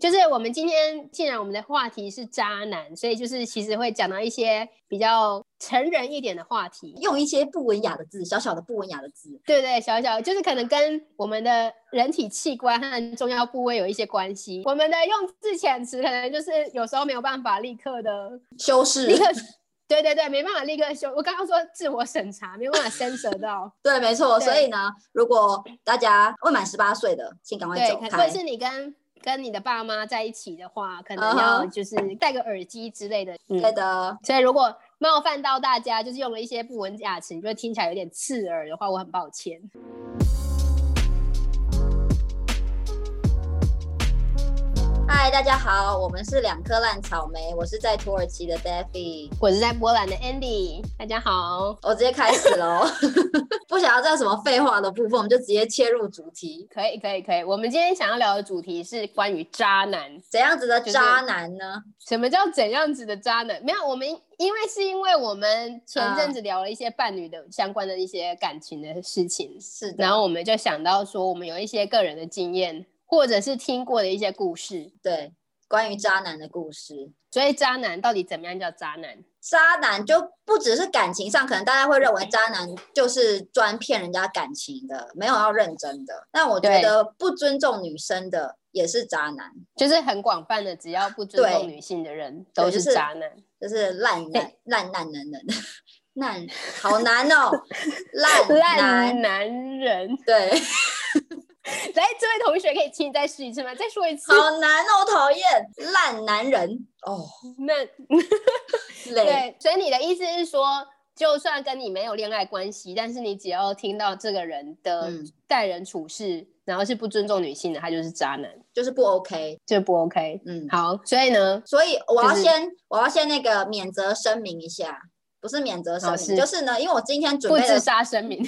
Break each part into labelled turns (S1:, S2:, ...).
S1: 就是我们今天既然我们的话题是渣男，所以就是其实会讲到一些比较成人一点的话题，
S2: 用一些不文雅的字，小小的不文雅的字，
S1: 对对，小小就是可能跟我们的人体器官和重要部位有一些关系。我们的用字遣词可能就是有时候没有办法立刻 的
S2: 修饰
S1: 立。刻，对对对，没办法立刻修。我刚刚说自我审查，没有办法伸舌 到。
S2: 对，没错。
S1: 对
S2: 所以呢，如果大家未满十八岁的，请赶快
S1: 对，
S2: 走
S1: 可或
S2: 开
S1: 者。是你跟跟你的爸妈在一起的话，可
S2: 嗯
S1: 能
S2: 哼
S1: 要就是戴个耳机之类的。嗯
S2: 对，的，
S1: 所以如果冒犯到大家，就是用了一些不文雅词，你觉得听起来有点刺耳的话，我很抱歉。
S2: 嗨，大家好，我们是两颗烂草莓，我是在土耳其的 Daffy，
S1: 我是在波兰的 Andy，大家好，
S2: 我直接开始喽， 不想要再有什么废话的部分，我们就直接切入主题。
S1: 可以可以可以。我们今天想要聊的主题是关于渣男。
S2: 怎样子的
S1: 就是
S2: 渣男呢？
S1: 什么叫怎样子的渣男？没有，我们因为是因为我们前
S2: 嗯
S1: 阵子聊了一些伴侣的相关的一些感情的事情，
S2: 是的，
S1: 然后我们就想到说，我们有一些个人的经验，或者是听过的一些故事。
S2: 对，关于渣男的故事。
S1: 所以渣男到底怎么样叫渣男？
S2: 渣男就不只是感情上，可能大家会认为渣男就是专骗人家感情的，没有要认真的。但我觉
S1: 对
S2: 得不尊重女生的也是渣男，
S1: 就是很广泛的，只要不尊重
S2: 对
S1: 女性的人都是
S2: 就是
S1: 渣男。
S2: 就是烂男
S1: 对、
S2: 烂男人的烂，好难 哦，烂
S1: 烂
S2: 男。
S1: 男人，
S2: 对，
S1: 来，这位同学可以请你再试一次吗？再说一次。
S2: 好难哦，讨厌烂男人哦，
S1: 那
S2: 累。
S1: 对，所以你的意思是说，就算跟你没有恋爱关系，但是你只要听到这个人的
S2: 嗯
S1: 待人处事，然后是不尊重女性的，他就是渣男，
S2: 就是不 OK，
S1: 就不 OK。
S2: 嗯，
S1: 好，所以呢，
S2: 所以我要
S1: 就是
S2: 先、我要先那个免责声明一下，不是免责声
S1: 哦
S2: 明，
S1: 是
S2: 就是呢，因为我今天准
S1: 不
S2: 备的
S1: 自杀声明。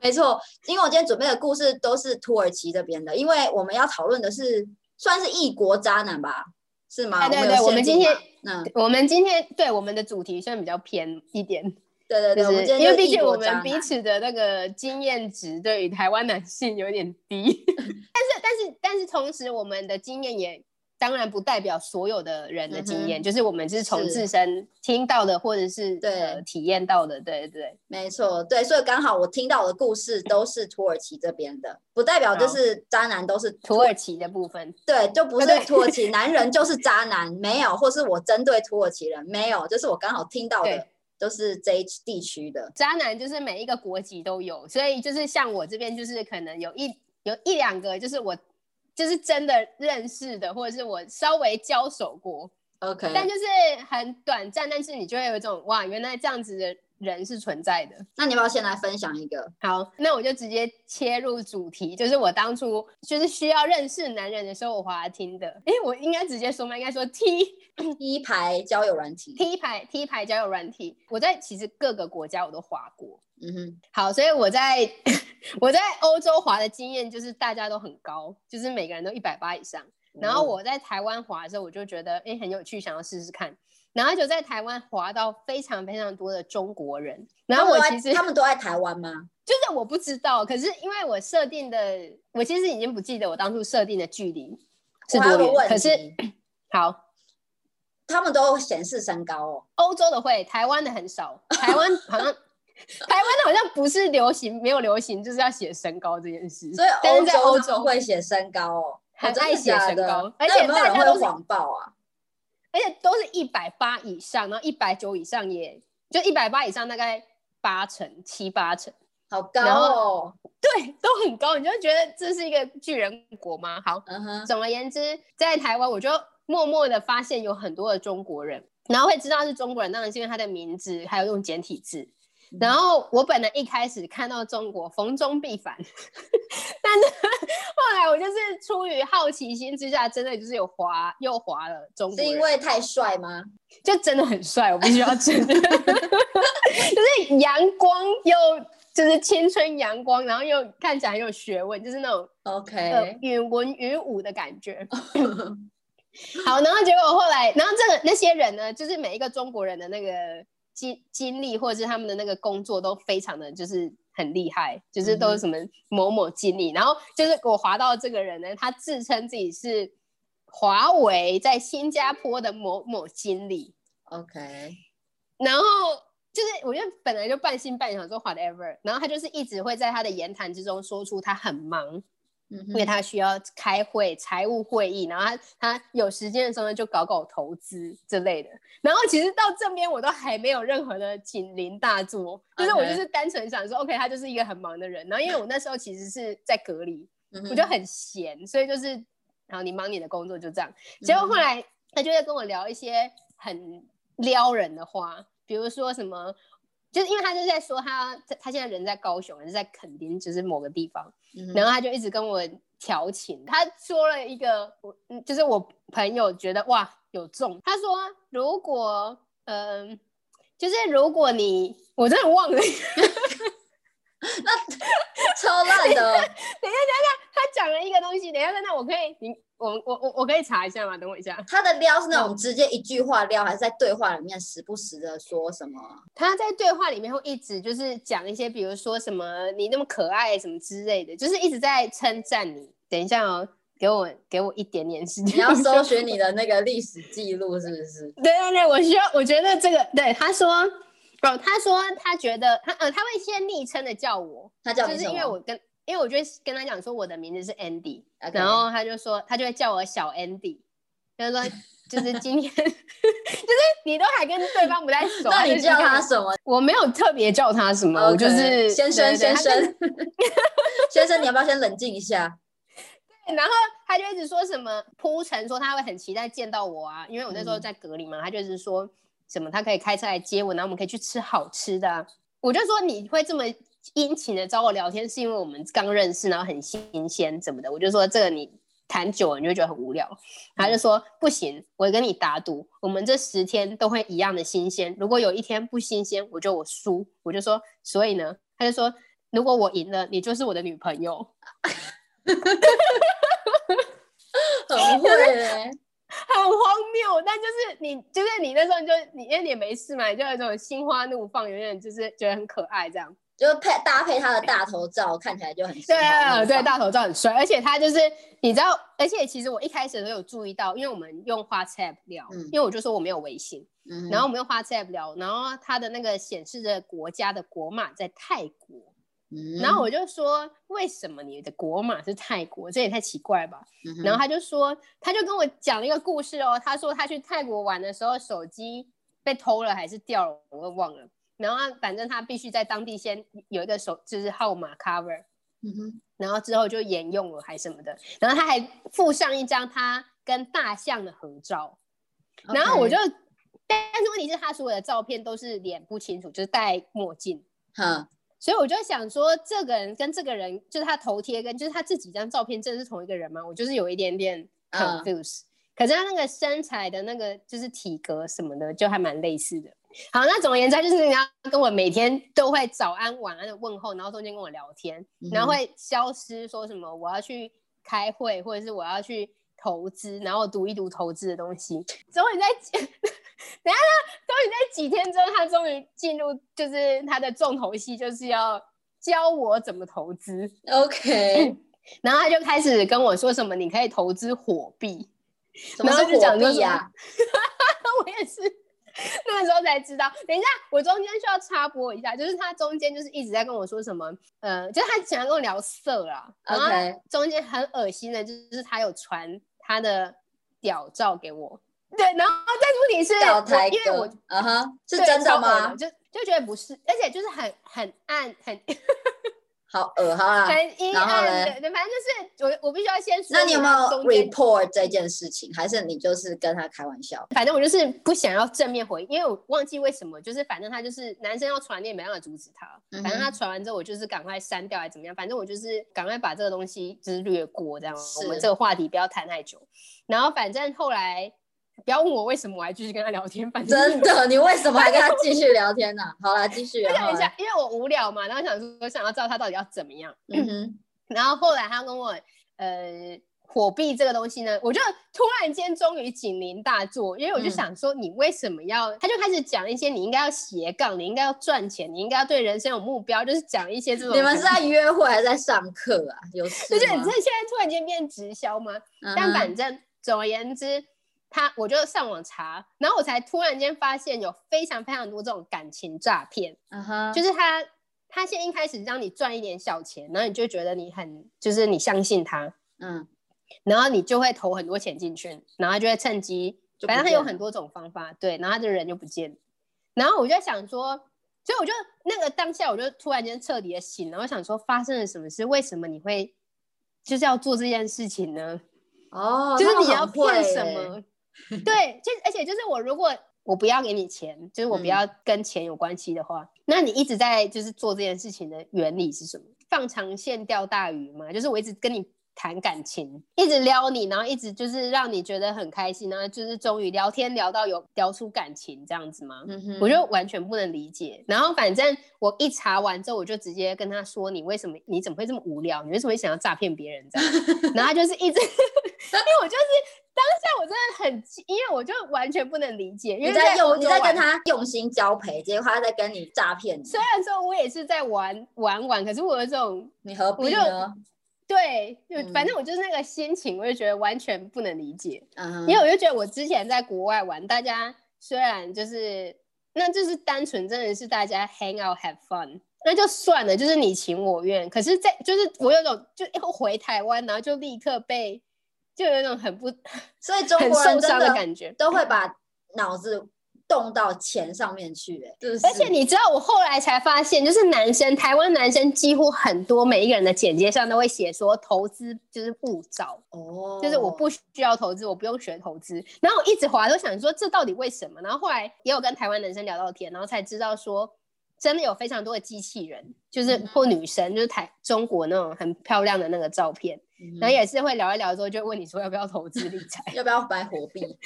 S2: 没错，因为我今天准备的故事都是土耳其这边的，因为我们要讨论的是算是异国渣男吧，是吗？
S1: 哎对
S2: 有
S1: 对我们
S2: 限
S1: 今
S2: 定
S1: 天
S2: 吗嗯，
S1: 我们今天对我们的主题虽然比较偏一点，
S2: 对对对，
S1: 就
S2: 我们
S1: 是
S2: 今天
S1: 因为
S2: 就是
S1: 毕
S2: 异
S1: 竟我
S2: 国
S1: 们
S2: 渣男
S1: 彼此的那个经验值对于台湾男性有点低， 但是但是但是同时我们的经验也当然不代表所有的人的经验，就是我们嗯是从
S2: 是
S1: 自身听到的或者是
S2: 对
S1: 呃体验到的，对对对，
S2: 没错，对，所以刚好我听到的故事都是土耳其这边的，不代表就
S1: 好
S2: 是渣男都是
S1: 土耳其的部分，
S2: 对，就不
S1: 啊
S2: 是
S1: 对
S2: 土 耳其男人就是渣男，没有，或是我针对土耳其人没有，就是我刚好听到的
S1: 对
S2: 都是这一地区的，
S1: 渣男就是每一个国籍都有，所以就是像我这边就是可能有一有一两个就是我就是真的认识的，或者是我稍微交手过，
S2: OK，
S1: 但就是很短暂，但是你就会有一种哇，原来这样子的人是存在的。
S2: 那你要不要先来分享一个？
S1: 好，那我就直接切入主题，就是我当初就是需要认识男人的时候，我滑听的。诶，我应该直接说吗？应该说 T
S2: 第一排交友软体，
S1: T 牌 T 牌交友软体，我在其实各个国家我都滑过。
S2: 嗯哼，
S1: 好，所以我在 我在欧洲滑的经验就是大家都很高，就是每个人都一百八以上。然后
S2: 哦
S1: 我在台湾滑的时候，我就觉得诶很有趣，想要试试看。然后就在台湾滑到非常非常多的中国人，然啊后我
S2: 他
S1: 其
S2: 们
S1: 实
S2: 都在他们都在台湾吗？
S1: 就是我不知道，可是因为我设定的，我其实已经不记得我当初设定的距离是
S2: 我还有
S1: 多
S2: 个
S1: 远。
S2: 问
S1: 可是
S2: 题，
S1: 好，
S2: 他们都显示身高哦。
S1: 欧洲的会，台湾的很少，台湾 好像台湾的好像不是流行，没有流行就是要写身高这件事，
S2: 所以
S1: 但是在欧
S2: 欧
S1: 洲
S2: 洲会写身高哦，
S1: 很
S2: 哦真的
S1: 爱写
S2: 假
S1: 身
S2: 的
S1: 高而
S2: 那
S1: 且
S2: 有没有
S1: 大
S2: 人
S1: 家都
S2: 会
S1: 是
S2: 谎报啊？
S1: 而且都是一百八以上，然后一百九以上也就一百八以上，大概八成七八成。
S2: 好
S1: 然
S2: 高
S1: 后
S2: 哦，
S1: 对，都很高，你就觉得这是一个巨人国吗？好，
S2: 嗯哼，
S1: 总而言之，在台湾我就默默的发现有很多的中国人，然后会知道是中国人，当然是因为他的名字，还有用简体字。
S2: 嗯
S1: 然后我本来一开始看到中国逢中必反， 但是后来我就是出于好奇心之下，真的就是有滑又滑了中国
S2: 是
S1: 人，
S2: 因为太帅吗？
S1: 就真的很帅，我必须要承认，就是阳光又就是青春阳光，然后又看起来很有学问，就是那种
S2: OK，
S1: 呃语文语武的感觉。好，然后结果后来，然后这个那些人呢，就是每一个中国人的那个经经历或者是他们的那个工作都非常的就是很厉害，就是都是什么某某经理，然后就是我滑到这个人呢，他自称自己是华为在新加坡的某某经理，
S2: OK，
S1: 然后就是我觉得本来就半信半疑，想说 whatever，然后他就是一直会在他的言谈之中说出他很忙，
S2: 嗯
S1: 因为
S2: 哼，
S1: 他需要开会、财务会议，然后他他有时间的时候呢就搞搞投资之类的。然后其实到这边我都还没有任何的警铃大作，就是我就
S2: OK
S1: 是单纯想说，OK，他就是一个很忙的人。然后因为我那时候其实是在隔离，
S2: 嗯
S1: 我
S2: 哼
S1: 就很闲，所以就是，然后你忙你的工作就这样。结
S2: 嗯
S1: 果后来他就在跟我聊一些很撩人的话，比如说什么，就是因为他就在说他他现在人在高雄，人在垦丁，就是某个地方，
S2: 嗯哼
S1: 然后他就一直跟我调情，他说了一个我，嗯就是我朋友觉得哇有中，他说如果嗯、就是如果你我真的忘了。
S2: 超烂 的，哦
S1: 他讲了一个东西，等一下，那那我可以，你我我我我可以查一下吗？等我一下。
S2: 他的撩是那种
S1: 嗯
S2: 直接一句话撩，还是在对话里面时不时的说什 么？啊
S1: 他在对话里面会一直就是讲一些，比如说什么你那么可爱什么之类的，就是一直在称赞你。等一下哦，给我给我一点点时间。
S2: 你要搜寻你的那个历史记录是不是？
S1: 对对对，我需要，我觉得这个对他说，哦，他说他觉得他呃，他会先昵称的叫我，
S2: 他叫
S1: 就
S2: 你
S1: 是
S2: 什
S1: 因为
S2: 么
S1: 我跟因为我就会跟他讲说我的名字是 Andy，
S2: ？OK？
S1: 然后他就说，他就会叫我小 Andy，就是说，就是今天， 就是你都还跟对方不太熟，
S2: 那
S1: 就
S2: 你
S1: 是
S2: 叫
S1: 这样
S2: 他什么？
S1: 我没有特别叫他什么，我就是
S2: OK，先生，
S1: 对对对
S2: 先
S1: 他就
S2: 生， 先生，你要不要先冷静一下？
S1: 然后他就一直说什么铺陈说他会很期待见到我啊，因为我那时候
S2: 嗯
S1: 在隔离嘛，他就是说什么他可以开车来接我，然后我们可以去吃好吃的啊、我就说你会这么殷勤的找我聊天，是因为我们刚认识，然后很新鲜怎么的。我就说这个你谈久了你就觉得很无聊。他就说不行，我跟你打赌，我们这十天都会一样的新鲜。如果有一天不新鲜，我就我输。我就说，所以呢，他就说如果我赢了，你就是我的女朋友。
S2: 很会欸，
S1: 很荒谬，但就是你，就是你那时候你就你因为你也没事嘛，你就有一种心花怒放，有点就是觉得很可爱这样。
S2: 就配搭配他的大头照，看起来就很
S1: 对啊
S2: 心花怒
S1: 对，
S2: 放
S1: 大头照很帅，而且他就是你知道，而且其实我一开始都有注意到，因为我们用 WhatsApp 聊，
S2: 嗯
S1: 因为我就说我没有微信，
S2: 嗯
S1: 然后我们用 WhatsApp 聊，然后它的那个显示的国家的国码在泰国，
S2: 嗯
S1: 然后我就说为什么你的国码是泰国？这也太奇怪了吧。
S2: 嗯哼
S1: 然后他就说，他就跟我讲了一个故事哦。他说他去泰国玩的时候，手机被偷了还是掉了，我也忘了。然后他反正他必须在当地先有一个手，就是号码 cover，
S2: 嗯哼
S1: 然后之后就沿用了还什么的。然后他还附上一张他跟大象的合照。然后我
S2: OK
S1: 就，但是问题是，他所有的照片都是脸不清楚，就是戴墨镜。
S2: 哼
S1: 所以我就想说，这个人跟这个人，就是他头贴跟就是他这几张照片，真的是同一个人吗？我就是有一点点
S2: 嗯
S1: confuse、可是他那个身材的那个就是体格什么的，就还蛮类似的。好，那总而言之，他就是你要跟我每天都会早安、晚安的问候，然后中间跟我聊天， 然后
S2: 嗯哼
S1: 会消失，说什么我要去开会，或者是我要去投资，然后读一读投资的东西。终于在几，等一下呢，终于在几天之后，他终于进入就是他的重头戏，就是要教我怎么投资。
S2: 嗯 OK，
S1: 然后他就开始跟我说什么，你可以投资火币。
S2: 什么
S1: 然后
S2: 是
S1: 就讲
S2: 火
S1: 说
S2: 币啊
S1: 什么
S2: 呀？
S1: 我也是那个时候才知道。等一下，我中间需要插播一下，就是他中间就是一直在跟我说什么，呃，就是他想要跟我聊色啦。然后
S2: OK
S1: 中间很恶心的，就是他有传他的屌照给我。对，然后但是问题是
S2: 钓
S1: 我，
S2: 台
S1: 因为我
S2: 哥，嗯哼，是
S1: 对
S2: 真的
S1: 超恶
S2: 吗？
S1: 就就觉得不是，而且就是很很暗很。
S2: 好恶，好啦。
S1: 很阴
S2: 然后
S1: 暗
S2: 嘞
S1: 的，对，反正就是我我必须要先说，
S2: 那你有没有
S1: 啊中间
S2: report 这件事情，还是你就是跟他开玩笑？
S1: 反正我就是不想要正面回应，因为我忘记为什么，就是反正他就是男生要传，你也没办法阻止他。
S2: 嗯哼
S1: 反正他传完之后，我就是赶快删掉，还是怎么样？反正我就是赶快把这个东西就是略过，这样哦
S2: 是
S1: 我们这个话题不要谈太久。然后反正后来不要问我为什么，我还继续跟他聊天，反正
S2: 真的，你为什么还跟他继续聊天呢？好啦，继续。
S1: 就
S2: 然
S1: 想
S2: 后
S1: 一
S2: 嘞
S1: 下，因为我无聊嘛，然后想说想要知道他到底要怎么样。
S2: 嗯哼，
S1: 然后后来他跟我呃火币这个东西呢，我就突然间终于警铃大作，因为我
S2: 嗯
S1: 就想说，你为什么要？他就开始讲一些你应该要斜杠，你应该要赚钱，你应该要对人生有目标，就是讲一些这种。
S2: 你们是在约会还是在上课啊？有事
S1: 就是你
S2: 吗
S1: 这现在突然间变直销吗？
S2: 嗯
S1: 但反正总而言之，他我就上网查，然后我才突然间发现有非常非常多这种感情诈骗，
S2: 嗯哼，
S1: 就是他他先一开始让你赚一点小钱，然后你就觉得你很就是你相信他，
S2: 嗯，
S1: 然后你就会投很多钱进去，然后他就会趁机，
S2: 就不
S1: 反正他有
S2: 见
S1: 很多种方法，对，然后他的人就不见了。然后我就在想说，所以我就那个当下，我就突然间彻底的醒了，我想说发生了什么事？为什么你会就是要做这件事情呢？
S2: 哦，
S1: 就是
S2: 他们
S1: 你要
S2: 很会
S1: 骗什
S2: 欸？
S1: 么？ 对，就而且就是我如果我不要给你钱，就是我不
S2: 嗯
S1: 要跟钱有关系的话，那你一直在就是做这件事情的原理是什么？放长线钓大鱼嘛，就是我一直跟你谈感情，一直撩你，然后一直就是让你觉得很开心，然后就是终于聊天聊到有聊出感情这样子吗？
S2: 嗯哼，
S1: 我就完全不能理解。然后反正我一查完之后，我就直接跟他说：“你为什么？你怎么会这么无聊？你为什么会想要诈骗别人这样？” 然后他就是一直，因为我就是当下我真的很气，因为我就完全不能理解，因
S2: 你
S1: 为
S2: 在
S1: 欧
S2: 用你
S1: 洲
S2: 在
S1: 玩
S2: 跟。他用心交配，结果他在跟你诈骗你，
S1: 虽然说我也是在玩玩玩，可是我有这种
S2: 你何
S1: 我
S2: 必
S1: 就
S2: 呢？
S1: 对，就
S2: 嗯
S1: 反正我就是那个心情，我就觉得完全不能理解。
S2: 嗯哼，
S1: 因为我就觉得我之前在国外玩，大家虽然就是那就是单纯真的是大家 hang out have fun，那就算了，就是你情我愿。可是在，就是我有种就一回台湾，然后就立刻被就有一种很不
S2: 所以中
S1: 很
S2: 国
S1: 受
S2: 人真
S1: 伤的
S2: 的
S1: 感觉。
S2: 都会把脑子动到钱上面去、欸，是不是
S1: 而且你知道，我后来才发现，就是男生，台湾男生几乎很多每一个人的简介上都会写说投资就是误找，
S2: 哦，
S1: 就是我不需要投资，我不用学投资。然后我一直滑都想说这到底为什么？然后后来也有跟台湾男生聊到天，然后才知道说真的有非常多的机器人，就是
S2: 嗯
S1: 或女生，就是台中国那种很漂亮的那个照片，
S2: 嗯哼，
S1: 然后也是会聊一聊之后就问你说要不要投资理财，
S2: 要不要买火币？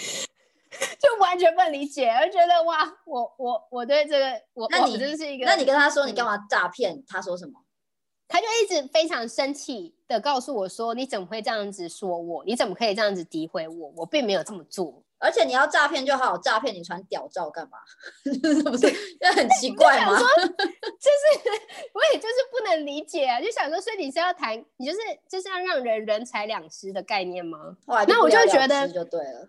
S1: 就完全不能理解，就觉得哇，我我我对这个我
S2: 那
S1: 我
S2: 你
S1: 真是一个，
S2: 那你跟他说
S1: 嗯
S2: 你干嘛诈骗？他说什么？
S1: 他就一直非常生气的告诉我说你怎么会这样子说我？你怎么可以这样子诋毁我？我并没有这么做。
S2: 而且你要诈骗就好，诈骗你传屌照干嘛？ 是不是？ 那很奇怪吗？
S1: 我也就是不能理解啊，就想说，所以你是要谈，你就是就是要让人人财两失的概念吗？
S2: 后来
S1: 那我
S2: 不
S1: 就
S2: 了了
S1: 觉得
S2: 之就对了，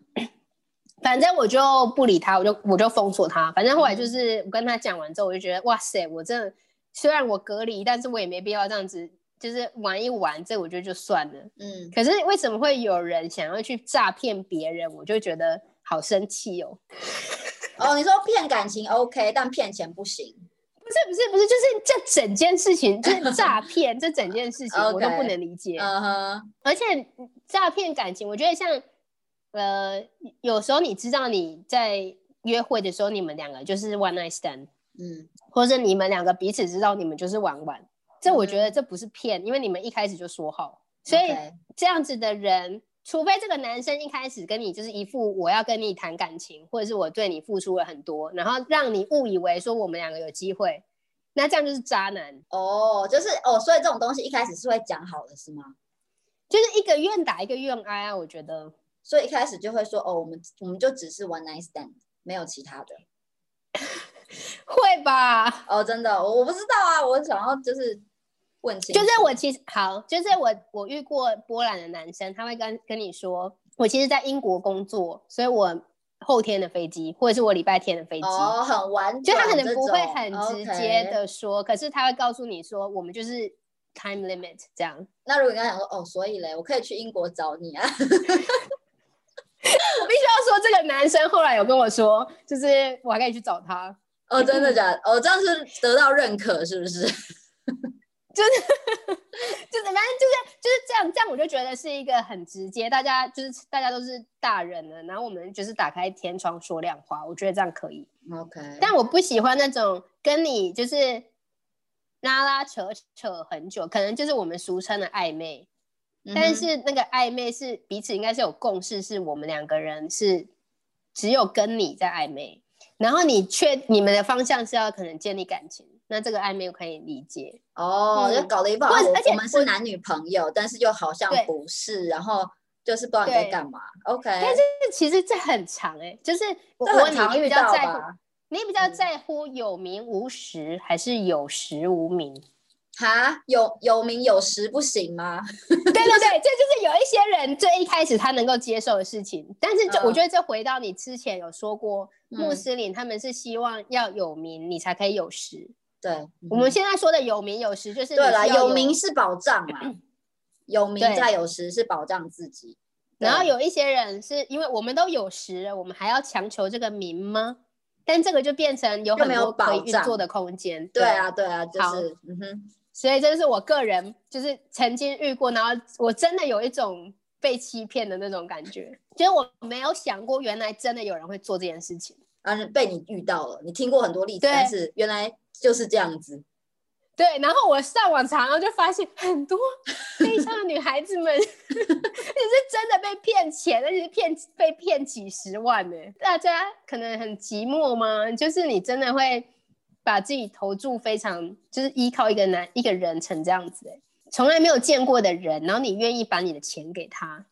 S1: 反正我就不理他，我就我就封锁他。反正后来就是我跟他讲完之后，我就觉得哇塞，我真的虽然我隔离，但是我也没必要这样子，就是玩一玩，这我觉得就算了。
S2: 嗯，
S1: 可是为什么会有人想要去诈骗别人？我就觉得好生气哦！
S2: 哦，你说骗感情 OK，但骗钱不行。
S1: 不是不是不是，就是这整件事情，就是诈骗这整件事情，我都不
S2: OK，
S1: 能理解。
S2: 嗯哼，
S1: 而且嗯诈骗感情，我觉得像呃，有时候你知道你在约会的时候，你们两个就是 one night stand，
S2: 嗯，
S1: 或者你们两个彼此知道你们就是玩玩，这我觉
S2: 嗯
S1: 得这不是骗，因为你们一开始就说好，所以
S2: OK
S1: 这样子的人。除非这个男生一开始跟你就是一副我要跟你谈感情，或者是我对你付出了很多，然后让你误以为说我们两个有机会，那这样就是渣男。
S2: 哦，就是哦，所以这种东西一开始是会讲好的，是吗？
S1: 就是一个愿打一个愿挨啊，我觉得。
S2: 所以一开始就会说哦，我们我们就只是 one night stand，没有其他的。
S1: 会吧？
S2: 哦，真的，我我不知道啊，我想要就是问清
S1: 就
S2: 楚，
S1: 是我其实好，就是我我遇过波兰的男生，他会跟跟你说，我其实在英国工作，所以我后天的飞机或者是我礼拜天的飞机，
S2: 哦，很婉转这
S1: 就
S2: 种，
S1: 他可能不会很直接
S2: OK。
S1: 的说，可是他会告诉你说，我们就是 time limit 这样。
S2: 那如果你跟他讲说哦，所以嘞，我可以去英国找你啊，
S1: 我必须要说，这个男生后来有跟我说，就是我还可以去找他，
S2: 哦，真的假的？哦，这样是得到认可是不是？
S1: 就是反正就是就是这样，这样我就觉得是一个很直接，大家就是大家都是大人了，然后我们就是打开天窗说亮话，我觉得这样可以。
S2: OK，
S1: 但我不喜欢那种跟你就是拉拉扯扯很久，可能就是我们俗称的暧昧。
S2: 嗯
S1: 但是那个暧昧是彼此应该是有共识，是我们两个人是只有跟你在暧昧，然后你确你们的方向是要可能建立感情，那这个暧昧我可以理解。
S2: 哦，
S1: 嗯
S2: 就搞得一不好，
S1: 或者
S2: 我
S1: 而且
S2: 我们是男女朋友，但是又好像
S1: 对
S2: 不是，然后就是不知道你在
S1: 对
S2: 干嘛。OK，
S1: 但是其实这很长哎、就是我
S2: 这
S1: 我
S2: 很
S1: 你
S2: 常
S1: 你
S2: 遇
S1: 比较
S2: 到
S1: 在乎，
S2: 吧？
S1: 你比较
S2: 嗯
S1: 在乎有名无实还是有实无名？
S2: 哈，有有名有实不行吗？
S1: 对对对，这就是有一些人最一开始他能够接受的事情，但是这、
S2: 嗯
S1: 我觉得这回到你之前有说过，穆
S2: 嗯
S1: 斯林他们是希望要有名，你才可以有实。
S2: 对，
S1: 我们现在说的有名有实，就是
S2: 嗯对
S1: 你
S2: 啦，
S1: 是要
S2: 有名，是保 障啦，有名
S1: 对
S2: 再有实是保障自己。
S1: 然后
S2: 对
S1: 有一些人是因为我们都有实了，我们还要强求这个名吗？但这个就变成有
S2: 就
S1: 很
S2: 没有
S1: 多可以
S2: 保
S1: 运
S2: 障
S1: 作的空间。
S2: 对啊，对啊，就
S1: 好
S2: 是嗯哼，
S1: 所以这是我个人就是曾经遇过，然后我真的有一种被欺骗的那种感觉，就是我没有想过原来真的有人会做这件事情。
S2: 啊，被你遇到了，你听过很多例子，
S1: 对
S2: 但是原来就是这样子。
S1: 对，然后我上网查，然后就发现很多悲伤的女孩子们， 你是真的被骗钱，而且是骗被骗几十万呢。大家可能很寂寞吗？就是你真的会把自己投注非常，就是依靠一个男一个人成这样子欸，从来没有见过的人，然后你愿意把你的钱给他，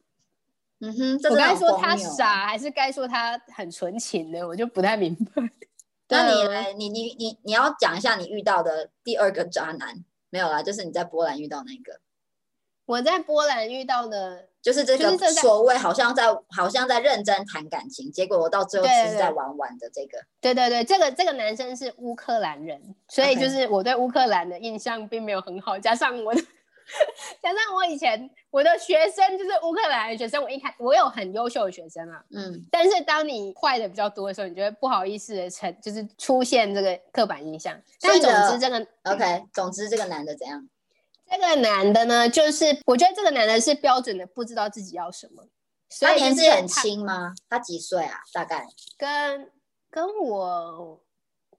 S2: 嗯哼，这
S1: 我
S2: 真的
S1: 该
S2: 很
S1: 说
S2: 荒
S1: 他
S2: 谬。
S1: 傻，还是该说他很纯情呢？我就不太明白。
S2: 那你
S1: 对
S2: 来，你你你你要讲一下你遇到的第二个渣男没有啦？就是你在波兰遇到那个，
S1: 我在波兰遇到的，
S2: 就是这
S1: 就是
S2: 个
S1: 这在
S2: 所谓好像在好像在认真谈感情，结果我到最后
S1: 对
S2: 只是
S1: 对
S2: 在玩玩的这个。嗯
S1: 对对对，这个这个男生是乌克兰人，所以
S2: OK
S1: 就是我对乌克兰的印象并没有很好，加上我的 加上我以前我的学生就是乌克兰的学生，我一开我有很优秀的学生啊，
S2: 嗯，
S1: 但是当你坏的比较多的时候，你就会不好意思的成就是出现这个刻板印象。
S2: 所
S1: 但
S2: 以你
S1: 总
S2: 的
S1: 之这个
S2: OK，总之这个男的怎样？
S1: 这个男的呢，就是我觉得这个男的是标准的不知道自己要什么，所
S2: 他
S1: 以
S2: 年
S1: 就
S2: 纪
S1: 是
S2: 很
S1: 他
S2: 轻吗？他几岁啊？大概
S1: 跟跟我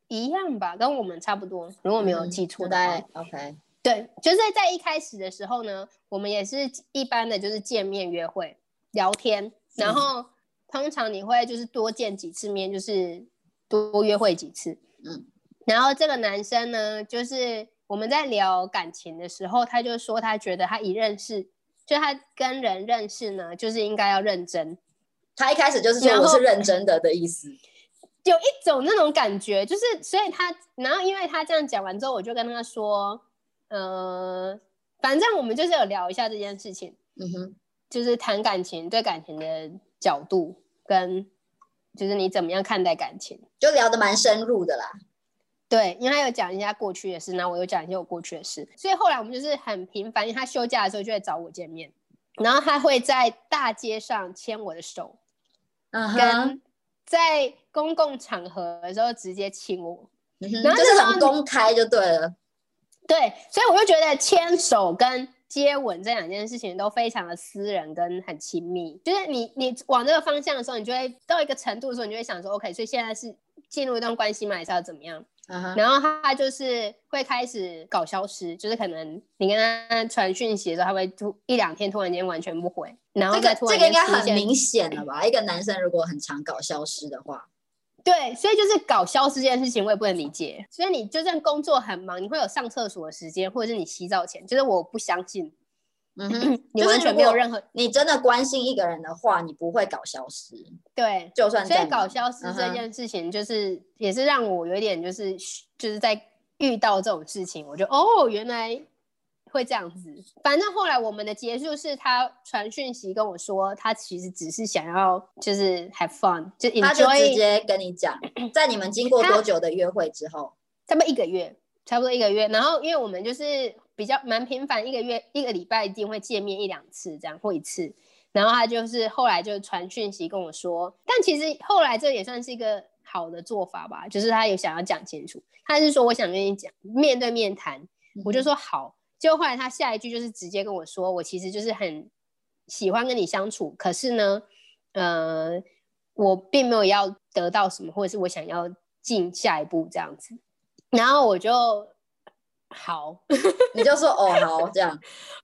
S1: 一样吧，跟我们差不多，如果没有
S2: 嗯
S1: 记错
S2: 大
S1: 的话。
S2: 概 OK。
S1: 对，就是在一开始的时候呢，我们也是一般的就是见面约会、聊天，然后通常你会就是多见几次面，就是多约会几次。
S2: 嗯，
S1: 然后这个男生呢，就是我们在聊感情的时候，他就说他觉得他一认识，就他跟人认识呢，就是应该要认真，
S2: 他一开始就是说
S1: 然后
S2: 我是认真的的意思，
S1: 有一种那种感觉，就是所以他，然后因为他这样讲完之后，我就跟他说，呃，反正我们就是有聊一下这件事情，
S2: 嗯哼，
S1: 就是谈感情对感情的角度跟就是你怎么样看待感情。
S2: 就聊得蛮深入的啦。
S1: 对，因为他有讲一下过去的事，然后我有讲一些我过去的事，所以后来我们就是很频繁，因为他休假的时候就会找我见面，然后他会在大街上牵我的手，
S2: 嗯哼，
S1: 跟在公共场合的时候直接亲我。
S2: 嗯哼
S1: 然后
S2: 就
S1: 那
S2: 是
S1: 时候
S2: 很
S1: 你
S2: 公开就对了。
S1: 对，所以我就觉得牵手跟接吻这两件事情都非常的私人跟很亲密。就是你你往这个方向的时候，你就会到一个程度的时候，你就会想说，OK，所以现在是进入一段关系嘛，还是要怎么样？
S2: 嗯哼，
S1: 然后他就是会开始搞消失，就是可能你跟他传讯息的时候，他会突一两天突然间完全不回，然后
S2: 这
S1: 再
S2: 个
S1: 突
S2: 这
S1: 然
S2: 个
S1: 间
S2: 应该
S1: 出
S2: 很
S1: 现
S2: 明显了吧？一个男生如果很常搞消失的话，
S1: 对，所以就是搞消失这件事情，我也不能理解。所以你就算工作很忙，你会有上厕所的时间，或者是你洗澡前，就是我不相信，
S2: 嗯 哼，
S1: 你
S2: 就是
S1: 完
S2: 如
S1: 全没有
S2: 果
S1: 任何
S2: 你真的关心一个人的话，你不会搞消失，
S1: 对。
S2: 就算
S1: 所
S2: 在
S1: 以搞消失这件事情，就是、也是让我有点就是就是在遇到这种事情，我就哦，原来会这样子。反正后来我们的结束是他传讯息跟我说，他其实只是想要就是 have fun，就
S2: 他就直
S1: enjoy
S2: 接跟你讲，在你们经过多久的约会之后，
S1: 差不多一个月，差不多一个月。然后因为我们就是比较蛮频繁，一个月一个礼拜一定会见面一两次这样或一次。然后他就是后来就传讯息跟我说，但其实后来这也算是一个好的做法吧，就是他有想要讲清楚，他是说我想跟你讲面对面谈，
S2: 嗯
S1: 我就说好。结果后来他下一句就是直接跟我说，我其实就是很喜欢跟你相处，可是呢，呃，我并没有要得到什么，或者是我想要进下一步这样子。然后我就好，
S2: 你就说哦好这样，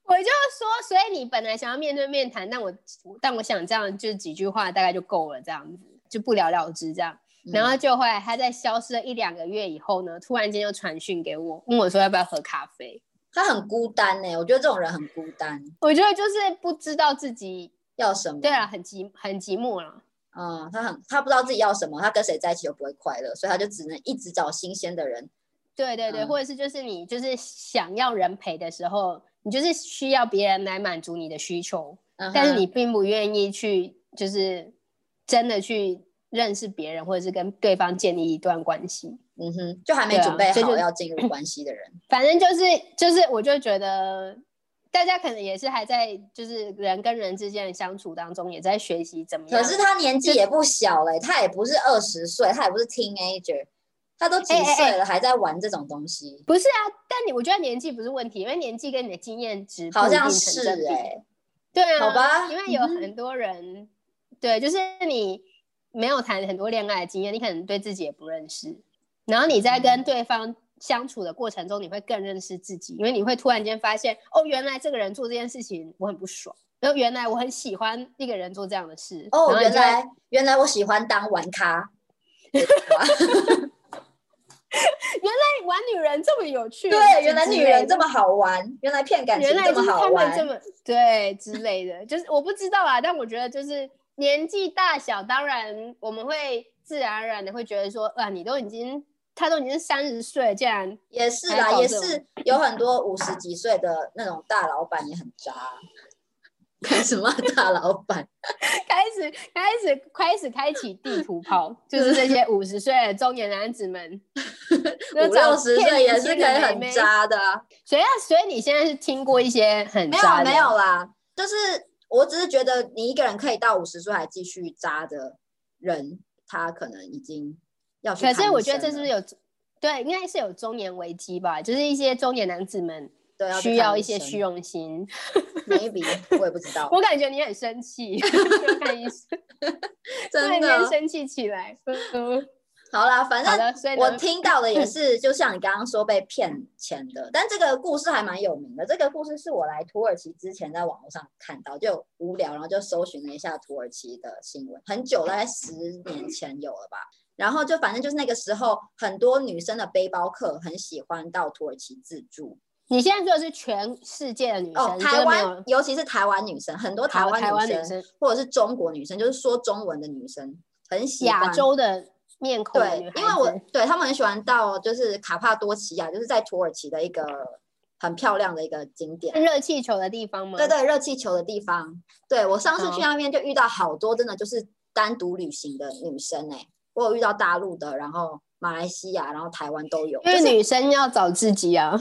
S1: 我就说，所以你本来想要面对面谈，但我但我想这样就几句话大概就够了，这样子就不了了之这样。
S2: 嗯
S1: 然后就后来他在消失了一两个月以后呢，突然间又传讯给我，问我说要不要喝咖啡。
S2: 他很孤单呢、我觉得这种人很孤单。
S1: 我觉得就是不知道自己
S2: 要什么？
S1: 对啊，很寂很寂寞了。
S2: 嗯，他很他不知道自己要什么，他跟谁在一起都不会快乐，所以他就只能一直找新鲜的人。
S1: 对对对，
S2: 嗯
S1: 或者是就是你就是想要人陪的时候，你就是需要别人来满足你的需求，
S2: 嗯哼
S1: 但是你并不愿意去就是真的去认识别人，或者是跟对方建立一段关系。
S2: 嗯哼，就还没
S1: 对啊
S2: 准备
S1: 这
S2: 好
S1: 就
S2: 要进入关系的人，
S1: 反正就是就是，我就觉得大家可能也是还在就是人跟人之间的相处当中，也在学习怎么样。
S2: 可是他年纪也不小嘞、他也不是二十岁，他也不是 teenager，他都几
S1: 哎哎哎
S2: 岁了还在玩这种东西，
S1: 不是啊，但你我觉得年纪不是问题，因为年纪跟你的经验值不
S2: 好
S1: 一定
S2: 像
S1: 成
S2: 是
S1: 正比
S2: 哎、
S1: 对啊，
S2: 好吧嗯
S1: 因为有很多人，对，就是你没有谈很多恋爱的经验，你可能对自己也不认识，然后你
S2: 嗯
S1: 在跟对方相处的过程中，你会更认识自己，因为你会突然间发现，哦，原来这个人做这件事情我很不爽，然后原来我很喜欢一个人做这样的事，然
S2: 哦，
S1: 后你
S2: 原
S1: 就会
S2: 来原来我喜欢当玩咖，
S1: 哎玩女人这么有趣，
S2: 对，原来女人这
S1: 么。
S2: 么好玩，原来骗感情
S1: 原来
S2: 这
S1: 就
S2: 么
S1: 是
S2: 好
S1: 他们这
S2: 玩，
S1: 么 对之类的，就是我不知道啊，但我觉得就是年纪大小，当然我们会自然而然的会觉得说，啊，你都已经他都已经三十岁了，竟然
S2: 也是
S1: 还
S2: 啦，
S1: 搞
S2: 也
S1: 这种
S2: 是有很多五十几岁的那种大老板也很 渣、干什么大老板？
S1: 开始开始开始开启地图炮，就是这些五十岁的中年男子 们，
S2: 五六十岁也是可以
S1: 骗年轻的
S2: 很
S1: 妹妹。
S2: 渣的啊、
S1: 所以啊，所以你现在是听过一些很
S2: 没有啊
S1: 渣的
S2: 没有啦，就是我只是觉得你一个人可以到五十岁还继续渣的人，他可能已经要去
S1: 可
S2: 看医生了。啊
S1: 是我觉得这是不是有对，应该是有中年危机吧，就是一些中年男子们
S2: 对
S1: 需要一些虚
S2: 需
S1: 荣心。
S2: maybe 我也不知 道，
S1: 我感觉你很生气， 要看医生，突然
S2: 真
S1: 间
S2: 的
S1: 生气起来。嗯
S2: 好啦，反
S1: 好
S2: 正
S1: 的，所以呢
S2: 我听到 的也是，就像你刚刚说被骗钱的，但这个故事还蛮有名的。这个故事是我来土耳其之前在网络上看到，就无聊，然后就搜寻了一下土耳其的新闻，很久了，大概十年前有了吧。然后就反正就是那个时候，很多女生的背包客很喜欢到土耳其自助
S1: 你现在说的是全世界的女生，
S2: 哦，
S1: 就是
S2: 台
S1: 没
S2: 湾
S1: 有
S2: 尤其是台湾女生，很多台
S1: 好
S2: 湾
S1: 台湾女
S2: 女生
S1: 生，
S2: 或者是中国女生，就是说中文的女生很喜欢
S1: 亚洲的面孔的女孩
S2: 对，因为我
S1: 子
S2: 对他们很喜欢到就是卡帕多奇亚，就是在土耳其的一个很漂亮的一个景点。
S1: 看热气球的地方吗？
S2: 对对，热气球的地方。对我上次
S1: 嗯
S2: 去那边就遇到好多真的就是单独旅行的女生哎、我有遇到大陆的，然后马来西亚，然后台湾都有，就
S1: 因为
S2: 是
S1: 女生要找自己啊。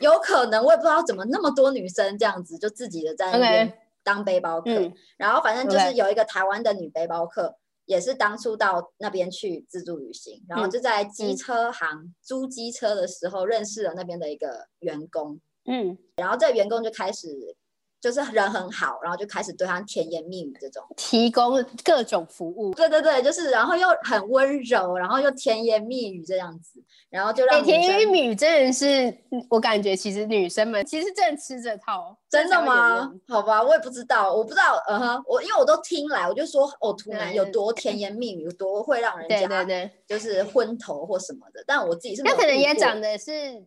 S2: 有可能我也不知道怎么那么多女生这样子就自己的在那
S1: OK
S2: 边当背包客。
S1: 嗯，
S2: 然后反正就是
S1: OK
S2: 有一个台湾的女背包客，也是当初到那边去自助旅行，然后
S1: 嗯
S2: 就在机车行租机车的时候认识了那边的一个员工，
S1: 嗯，
S2: 然后这个员工就开始就是人很好，然后就开始对他甜言蜜语这种，
S1: 提供各种服务。
S2: 对对对，就是然后又很温柔，然后又甜言蜜语这样子，然后就让
S1: 哎，
S2: 女
S1: 甜
S2: 生
S1: 言蜜语真的是，嗯我感觉其实女生们其实真的吃这套，
S2: 真的
S1: 这才会有
S2: 吗
S1: 用？？
S2: 好吧，我也不知道，我不知道，嗯哼，我因为我都听来，我就说哦，突然有
S1: 对
S2: 多甜言蜜语，有多会让人
S1: 对
S2: 家
S1: 对对，
S2: 就是昏头或什么的，但我自己是没
S1: 那
S2: 有
S1: 可能
S2: 遇
S1: 也
S2: 过
S1: 长得是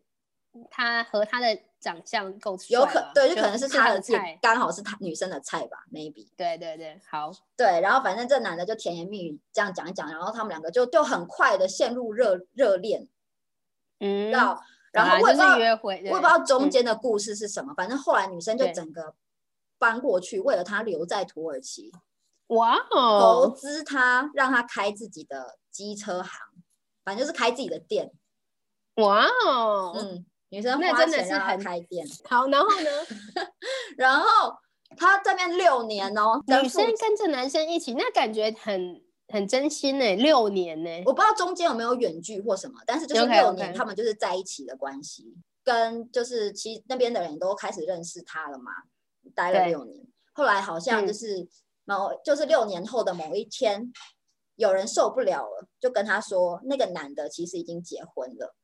S1: 他和他的长相够帅啊
S2: 有可
S1: 吧
S2: 对，就可能是
S1: 他
S2: 他的自己
S1: 菜。
S2: 刚好是他女生的菜吧，maybe
S1: 对对对，好，
S2: 对，然后反正这男的就甜言蜜语这样讲一讲，然后他们两个就就很快的陷入热热恋，
S1: 嗯，
S2: 到、然
S1: 好啦
S2: 后我也不知道、
S1: 就是约会，
S2: 我
S1: 对
S2: 也不知道中
S1: 嗯
S2: 间的故事是什么，反正后来女生就
S1: 对
S2: 整个搬过去，为了他留在土耳其，
S1: 哇
S2: 投
S1: 哦，
S2: 资他让他开自己的机车行，反正就是开自己的店，
S1: 哇哦，
S2: 嗯，女生
S1: 那
S2: 花
S1: 真的
S2: 钱
S1: 是
S2: 让他
S1: 很
S2: 开店。
S1: 好，然后 呢，
S2: 然后他这边六年哦，跟
S1: 女
S2: 父
S1: 生跟着男生一起，那感觉很很真心呢，六年欸呢，
S2: 我不知道中间有没有远距或什么，但是就是
S1: OK，OK
S2: 六年他们就是在一起的关系，跟就是其实那边的人都开始认识他了嘛，待了
S1: 对嗯
S2: 六年，后来好像就是某、就是六年后的某一天，有人受不了了，就跟他说那个男的其实已经结婚了。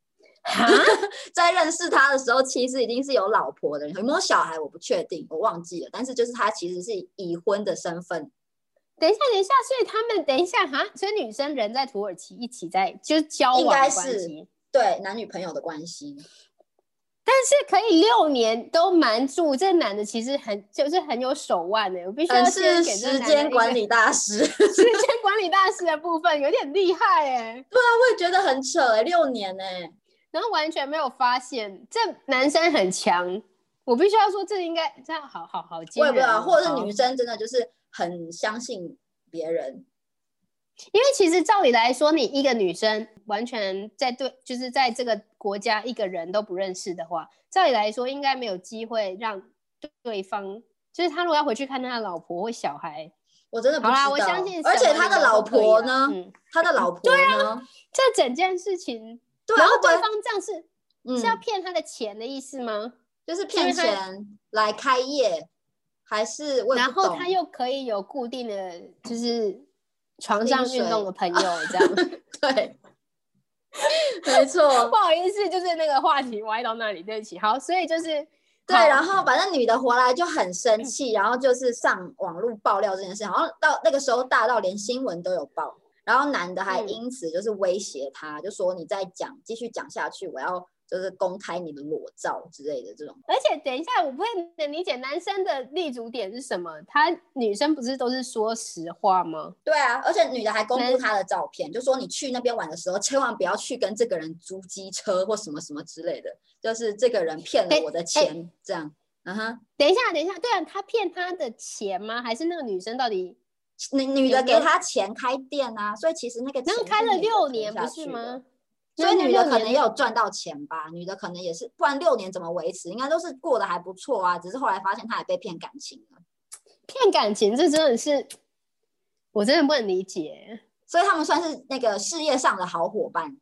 S1: 哈，
S2: 在认识他的时候，其实已经是有老婆的人，有没有小孩我不确定，我忘记了。但是就是他其实是已婚的身份，
S1: 等一下，等一下，所以他们等一下哈，所以女生人在土耳其一起在就是交
S2: 应
S1: 往
S2: 该
S1: 的关
S2: 是
S1: 系，
S2: 对男女朋友的关系。
S1: 但是可以六年都瞒住，这男的其实很就是很有手腕欸的、我必须要
S2: 嗯，
S1: 先
S2: 是
S1: 给这
S2: 时
S1: 男的一个
S2: 间管理大 师，
S1: 时间管理大师的部分有点厉害哎、
S2: 我也觉得很扯哎、六年哎、
S1: 然后完全没有发现这男生很强。我必须要说，这应该这样好好好惊
S2: 我
S1: 人哦，
S2: 也不知道，或者是女
S1: 好，
S2: 生真的就是很相信别人，
S1: 因为其实照理来说，你一个女生完全在对，就是在这个国家一个人都不认识的话，照理来说应该没有机会让对方，就是他如果要回去看他的老婆或小孩，
S2: 我真的不
S1: 好
S2: 知道。
S1: 啦，我相信什么
S2: 而
S1: 理由都可以啦，
S2: 且他的老婆呢？
S1: 嗯，
S2: 他的老婆呢？
S1: 这整件事情，
S2: 对啊，
S1: 然后
S2: 会不
S1: 对
S2: 会
S1: 方这样是、
S2: 嗯
S1: 是要骗他的钱的意思吗？
S2: 就是骗
S1: 就是他
S2: 钱来开业，还是我也
S1: 然
S2: 不
S1: 后
S2: 懂
S1: 他又可以有固定的，就是床上
S2: 薪
S1: 运动
S2: 水
S1: 的朋友 这样。
S2: 对，没错
S1: 不，好意思，就是那个话题歪到那里，对不起。好，所以就是
S2: 对，
S1: 好嗯
S2: 然后反正女的回来就很生气，然后就是上网络爆料这件事，好像到那个时候大到连新闻都有报，然后男的还
S1: 嗯
S2: 因此就是威胁她，就说你再讲继续讲下去，我要就是公开你的裸照之类的这种。
S1: 而且等一下，我不会能理解男生的立足点是什么。他女生不是都是说实话吗？
S2: 对啊，而且女的还公布
S1: 男
S2: 她的照片，就说你去那边玩的时候，千万不要去跟这个人租机车或什么什么之类的，就是这个人骗了
S1: 哎
S2: 我的
S1: 哎
S2: 钱，这样。嗯哼，
S1: 等一下，等一下，对啊，他骗他的钱吗？还是那个女生到底？
S2: 女女的
S1: 有没
S2: 给
S1: 有
S2: 他钱开店啊，所以其实那个
S1: 然后
S2: 钱
S1: 开
S2: 是
S1: 了
S2: 女的
S1: 六
S2: 存
S1: 年不
S2: 下
S1: 是
S2: 去的
S1: 吗？
S2: 所以
S1: 那
S2: 女的
S1: 六
S2: 可能
S1: 年
S2: 也有赚到钱吧，女的可能也是，不然六年怎么维持？应该都是过得还不错啊，只是后来发现她也被骗感情了，
S1: 骗感情，这真的是我真的不能理解。
S2: 所以他们算是那个事业上的好伙伴，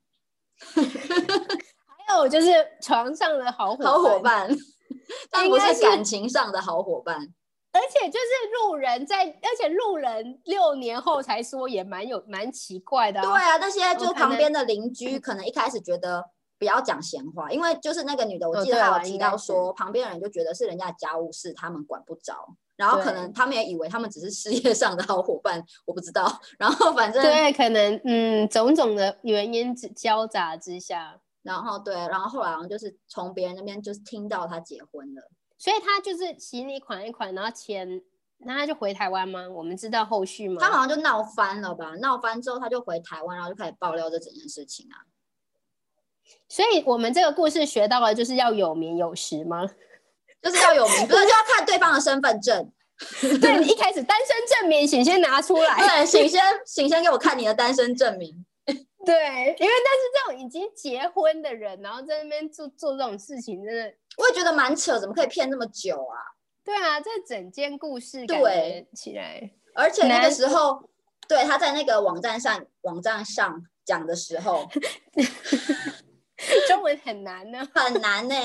S1: 还有就是床上的好伙
S2: 好伙
S1: 伴
S2: 伴， 但不
S1: 应该
S2: 是
S1: 是
S2: 感情上的好伙伴。
S1: 而且就是路人在，而且路人六年后才说，也蛮有蛮奇怪的、
S2: 对
S1: 啊。
S2: 啊，那些就
S1: 我可
S2: 旁
S1: 能
S2: 边的邻居可能一开始觉得。不要讲闲话，因为就是那个女的，我
S1: 哦
S2: 记得
S1: 对
S2: 她
S1: 啊
S2: 有提
S1: 应该
S2: 到
S1: 是
S2: 说，旁边的人就觉得是人家的家务事，他们管不着，然后可
S1: 对
S2: 能他们也以为他们只是事业上的好伙伴，我不知道。然后反正
S1: 对，啊可能嗯，种种的原因之交杂之下，
S2: 然后对，然后后来好像就是从别人那边就是听到他结婚了，
S1: 所以他就是洗你款一款，然后钱，那他就回台湾吗？我们知道后续吗？
S2: 他好像就闹翻了吧？闹翻之后他就回台湾，然后就开始爆料这整件事情啊。
S1: 所以我们这个故事学到了，就是要有名有实吗？
S2: 就是要有名，不是就要看对方的身份证。
S1: 对，你一开始单身证明，请先拿出来。
S2: 对，请先请先给我看你的单身证明。
S1: 对，因为但是这种已经结婚的人，然后在那边做做这种事情，真的
S2: 我也觉得蛮扯，怎么可以骗那么久啊？
S1: 对啊，这整件故事感
S2: 对
S1: 觉起来，
S2: 而且那个
S1: 男
S2: 时候，对他在那个网站上网站上讲的时候
S1: 中文很难呢。
S2: 很难呢、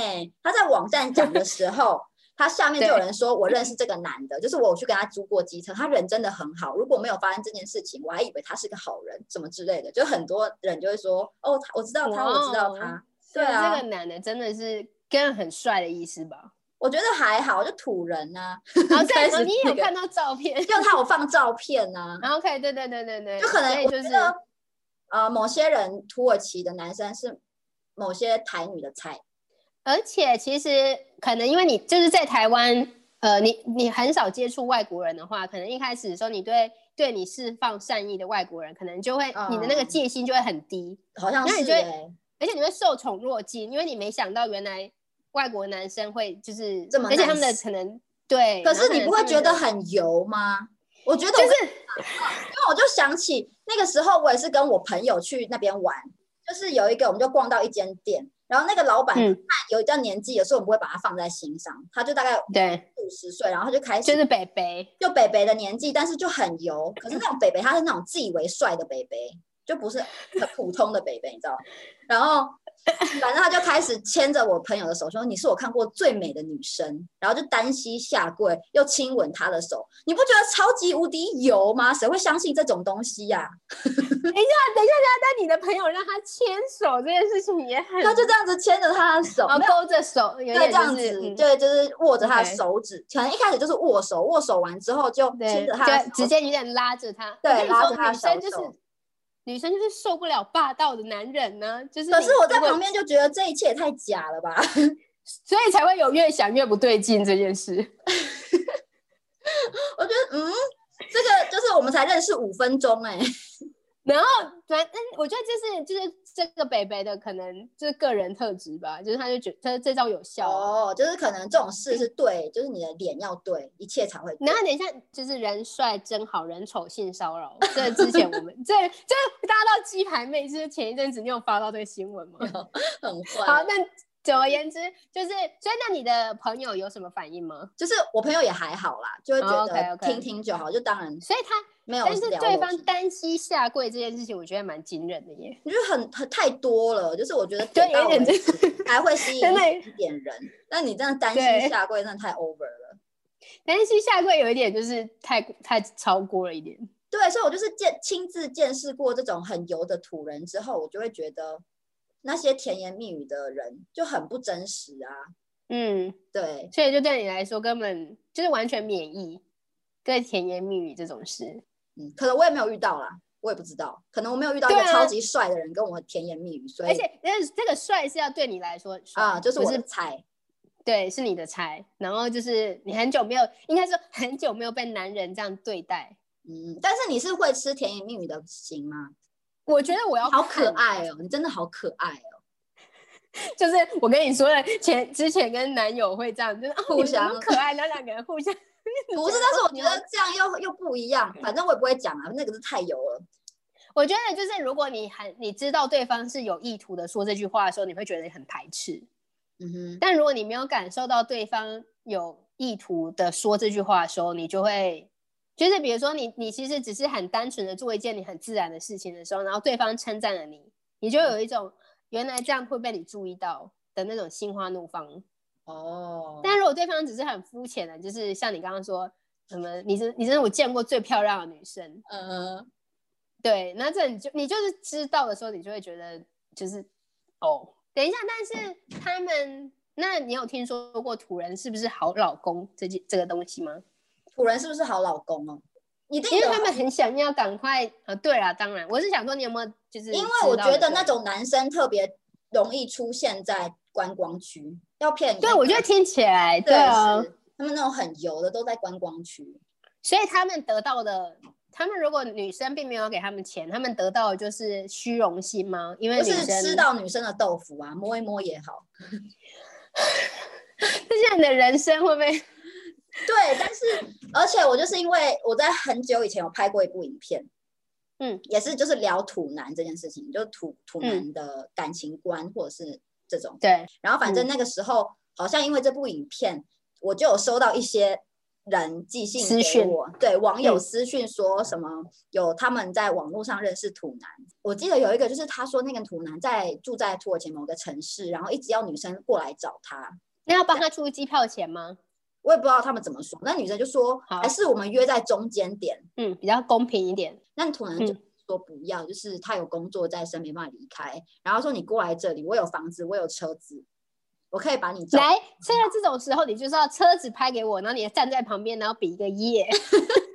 S2: 他在网站讲的时 候。他下面就有人说，我认识这个男的，就是我有去跟他租过机车，他人真的很好。如果没有发生这件事情，我还以为他是个好人，什么之类的。就很多人就会说，哦，他我知道他，
S1: 哇
S2: 我知道
S1: 哦
S2: 他。
S1: 所以
S2: 对啊
S1: 这个男的真的是跟人很帅的意思 吧？
S2: 我觉得还好，就土人呐、
S1: 然后再哦
S2: 开始
S1: 你也
S2: 那
S1: 有
S2: 个
S1: 看到照 片，
S2: 就他有放照片啊呐、
S1: 然后可以，对对对对对，
S2: 就可能
S1: 所以
S2: 我
S1: 就
S2: 觉
S1: 是
S2: 得，呃，某些人土耳其的男生是某些台女的菜，
S1: 而且其实可能因为你就是在台湾，呃，你你很少接触外国人的话，可能一开始的时候你对对你释放善意的外国人，可能就会、你的那个
S2: 嗯
S1: 戒心就会很低，
S2: 好像
S1: 那你
S2: 是、
S1: 觉得
S2: 欸、
S1: 而且你会受宠若惊，因为你没想到原来外国男生会就是
S2: 这么
S1: 而且他们的
S2: nice
S1: 可能对，
S2: 可
S1: 然后
S2: 是你
S1: 能
S2: 不
S1: 他
S2: 会
S1: 们
S2: 觉得
S1: 的
S2: 很油吗？我觉得我
S1: 就是
S2: 因为我就想起那个时候，我也是跟我朋友去那边玩，就是有一个我们就逛到一间店，然后那个老板
S1: 嗯
S2: 有一段年纪，有时候我们不会把他放在心上，他就大概
S1: 对，
S2: 五十岁，然后他就开始
S1: 就是北北。
S2: 就北北的年纪，但是就很油，可是那种北北他是那种自以为帅的北北，就不是很普通的北北，你知道吗？然后反正他就开始牵着我朋友的手说：“你是我看过最美的女生。”然后就单膝下跪，又亲吻她的手，你不觉得超级无敌油吗？谁会相信这种东西呀、
S1: 等一下，等一下，但你的朋友让他牵手这件事情也很，
S2: 他就这样子牵着她的手，
S1: 然后
S2: 没有
S1: 勾着手，有
S2: 对，
S1: 点
S2: 这样
S1: 就是
S2: 子，
S1: 嗯
S2: 对，就是握着她的
S1: OK
S2: 手指，可能一开始就是握手，握手完之后就牵
S1: 对，
S2: 着她的
S1: 就
S2: 手
S1: 直接有点拉着他。
S2: 对
S1: 我跟你
S2: 拉
S1: 说
S2: 着他
S1: 女生就
S2: 小手
S1: 是女生就是受不了霸道的男人呢，就是。
S2: 可是我在旁，边就觉得这一切也太假了吧？
S1: 所以才会有越想越不对劲这件 事。
S2: 我觉得，嗯，这个就是我们才认识五分钟哎、
S1: 然后，反正啊我觉得这是就是这个北北的可能就是个人特质吧，就是他就觉他这招有效啊、
S2: 哦，就是可能这种事是对，就是你的脸要对，一切才会对
S1: 然后等一下就是人帅真好人丑性骚扰，这之前我们 这这大家到鸡排妹，就是前一阵子你有发到这个新闻吗？
S2: 很
S1: 好，
S2: 坏。
S1: 那总而言之就是，所以那你的朋友有什么反应吗？
S2: 就是我朋友也还好啦，就会觉
S1: 哦
S2: 得
S1: ，OK，OK
S2: 听听就好，就当然
S1: 所以他，
S2: 没有
S1: 但是
S2: 聊
S1: 对
S2: 我
S1: 方
S2: 什么
S1: 单膝下跪这件事情，我觉得蛮惊人的耶。
S2: 我觉得很很太多了，就是我觉得
S1: 对
S2: 点到
S1: 有点
S2: 为止还 会吸
S1: 真的
S2: 引一点人，但你这样单
S1: 对
S2: 膝下跪，真的太 over 了。
S1: 单膝下跪有一点就是太太超过了一点。
S2: 对，所以我就是见亲自见识过这种很油的土人之后，我就会觉得那些甜言蜜语的人就很不真实啊。
S1: 嗯，
S2: 对，
S1: 所以就对你来说根本就是完全免疫对甜言蜜语这种事。
S2: 嗯，可能我也没有遇到啦，我也不知道，可能我没有遇到一
S1: 对
S2: 个
S1: 啊
S2: 超级帅的人跟我甜言蜜语，所
S1: 而
S2: 以
S1: 且这这个帅是要对你来说帅
S2: 啊，就是
S1: 不
S2: 我
S1: 是
S2: 的菜。
S1: 对，是你的菜。然后就是你很久没有，应该说很久没有被男人这样对待。
S2: 嗯，但是你是会吃甜言蜜语的型吗？
S1: 我觉得我要
S2: 好可
S1: 看
S2: 爱哦，你真的好可爱哦，
S1: 就是我跟你说的前之前跟男友会这样，就是哦，
S2: 互
S1: 你们怎么
S2: 相
S1: 那么可爱，然后两个人互相
S2: 不是？但是我
S1: 你
S2: 觉
S1: 好
S2: 得这样又又不一样，反正我也不会讲啊，那个是太油了。
S1: 我觉得就是，如果你很你知道对方是有意图的说这句话的时候，你会觉得很排斥；
S2: 嗯哼，
S1: 但如果你没有感受到对方有意图的说这句话的时候，你就会就是比如说你你其实只是很单纯的做一件你很自然的事情的时候，然后对方称赞了你，你就有一种原来这样会被你注意到的那种心花怒放。
S2: 哦，
S1: 但如果对方只是很肤浅的，就是像你刚刚说什么，你是你真是我见过最漂亮的女生，
S2: 呃，
S1: 对，那这你就你就是知道的时候，你就会觉得就是哦，等一下，但是他们，那你有听说过土人是不是好老公这件这个东西吗？
S2: 土人是不是好老公哦？一定
S1: 因为
S2: 有
S1: 他们很想要赶快啊，对啦，当然，我是想说你有没有就是
S2: 因为
S1: 知
S2: 我
S1: 道
S2: 觉
S1: 的
S2: 得那
S1: 对
S2: 种男生特别容易出现在观光区，要骗你。
S1: 对我觉得听起来对啊，
S2: 是他们那种很油的都在观光区。
S1: 所以他们得到的。他们如果女生并没有给他们钱，他们得到的就是虚荣心吗？因为
S2: 就
S1: 女
S2: 是
S1: 生
S2: 吃 到女生的豆腐啊，摸一摸也好。
S1: 这些人的人生会不会
S2: 对，但是而且我就是因为我在很久以前有拍过一部影片，
S1: 嗯，。
S2: 也是就是聊土男这件事情，就土土男的感情观、或者是这种
S1: 对
S2: 然后反
S1: 嗯
S2: 正那个时候、好像因为这部影片，我就有收到一些人寄信
S1: 私
S2: 给
S1: 讯
S2: 我，对网友
S1: 嗯
S2: 私讯说什么有他们在网络上认识土男，我记得有一个就是他说那个土男在住在土耳其某个城市，然后一直要女生过来找他，
S1: 那要帮他出机票钱吗？
S2: 我也不知道他们怎么说，那女生就说
S1: 好
S2: 还是我们约在中间点，
S1: 嗯，比较公平一点。
S2: 那土男就
S1: 嗯
S2: 说不要，就是他有工作在身没办法离开，然后说你过来这里，我有房子，我有车子，我可以把你照
S1: 来，现在这种时候，你就是要车子拍给我，然后你站在旁边，然后比一个耶。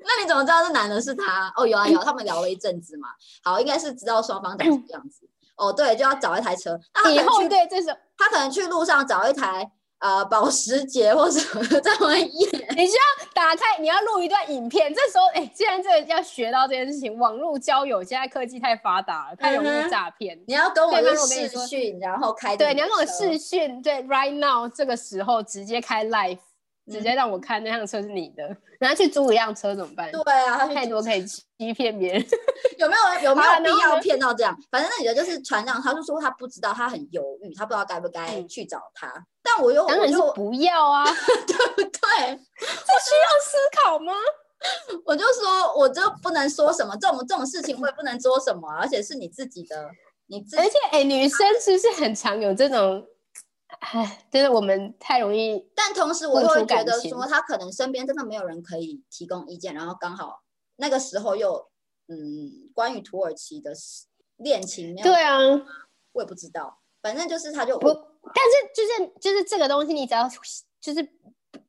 S2: 那你怎么知道这男的是他？哦，有啊有啊，他们聊了一阵子嘛。好，应该是知道双方长什么样子。哦，对，就要找一台车。那
S1: 以
S2: 他可
S1: 后
S2: 能去，
S1: 啊对这种，
S2: 他可能去路上找一台呃保时捷或什么在外面验。
S1: 你需要哎打开，你要录一段影片。这时候，哎、既然这个要学到这件事情，网络交友现在科技太发达了，太容
S2: 嗯
S1: 易
S2: 哼
S1: 诈骗。啊
S2: 你要跟我
S1: 对
S2: 就
S1: 那我跟你
S2: 是
S1: 说
S2: 视讯，然后开
S1: 对，
S2: 着
S1: 你要
S2: 的
S1: 跟我
S2: 车
S1: 视讯，对，right now 这个时候直接开 live，直接让我看那辆车是你的，然后去租一辆车怎么办？
S2: 对啊，他去
S1: 太多可以欺骗别人。
S2: 有没有有没
S1: 好
S2: 有
S1: 然后
S2: 必要
S1: 呢
S2: 骗到这样？反正那女的就是船长，他就说他不知道，他很犹豫，他不知道该不该
S1: 嗯
S2: 去找他。但我又
S1: 当
S2: 我
S1: 然是
S2: 就
S1: 不要啊，这需
S2: 不 对，
S1: 要思考吗？
S2: 我就说，我就不能说什么这种这种事情，我也不能说什么啊，而且是你自己的，你自
S1: 而
S2: 己。
S1: 且，哎、女生是不是很常有这种？哎，就是我们太容易，
S2: 但同时，我
S1: 付
S2: 又
S1: 出
S2: 会觉
S1: 感
S2: 得
S1: 情
S2: 说，他可能身边真的没有人可以提供意见，然后刚好那个时候又，嗯，关于土耳其的事恋情，没有，
S1: 对啊，
S2: 我也不知道，反正就是他就
S1: 不，但是就是就是这个东西，你只要就是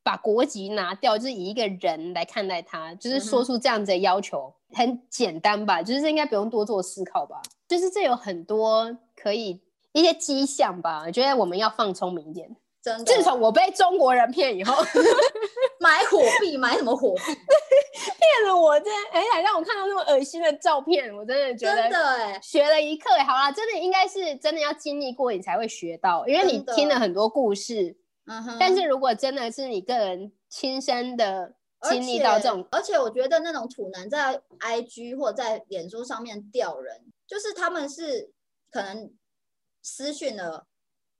S1: 把国籍拿掉，就是以一个人来看待他，就是说
S2: 嗯哼
S1: 出这样子的要求，很简单吧？就是应该不用多做思考吧？就是这有很多可以一些迹象吧？我觉得我们要放聪明一点，
S2: 真的。
S1: 自从我被中国人骗以后，
S2: 买火币，买什么火币？
S1: 骗了我真的，而且还哎让我看到那么恶心的照片，我真的 觉得
S2: 真的哎、
S1: 学了一课。好啦，真的应该是真的要经历过你才会学到，因为你
S2: 真的
S1: 听了很多故事，
S2: 嗯哼。
S1: 但是如果真的是你个人亲身的
S2: 而
S1: 经历到这
S2: 且
S1: 种，
S2: 而且我觉得那种土男在 IG 或在脸书上面吊人，就是他们是可能私讯了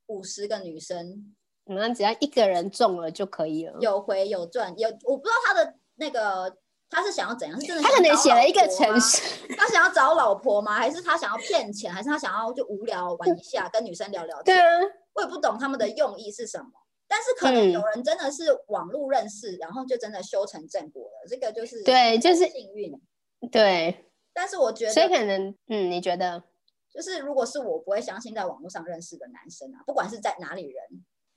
S2: 五十个女生，
S1: 可嗯能只要一个人中了就可以了。
S2: 有回有赚，有我不知道他的那个他是想要怎样，是真的
S1: 他可
S2: 想
S1: 能
S2: 找
S1: 写了一个
S2: 老婆吗
S1: 程，式，
S2: 他想要找老婆吗？还是他想要骗钱？还是他想要就无聊玩一下，跟女生聊 聊
S1: 对
S2: 天？
S1: 啊，
S2: 我也不懂他们的用意是什么。但是可能
S1: 嗯
S2: 有人真的是网络认识，然后就真的修成正果了，这个就是
S1: 对就是
S2: 幸运。
S1: 对，
S2: 但是我觉
S1: 所以
S2: 得，
S1: 可能，嗯，你觉得？
S2: 就是如果是我，不会相信在网络上认识的男生啊，不管是在哪里人，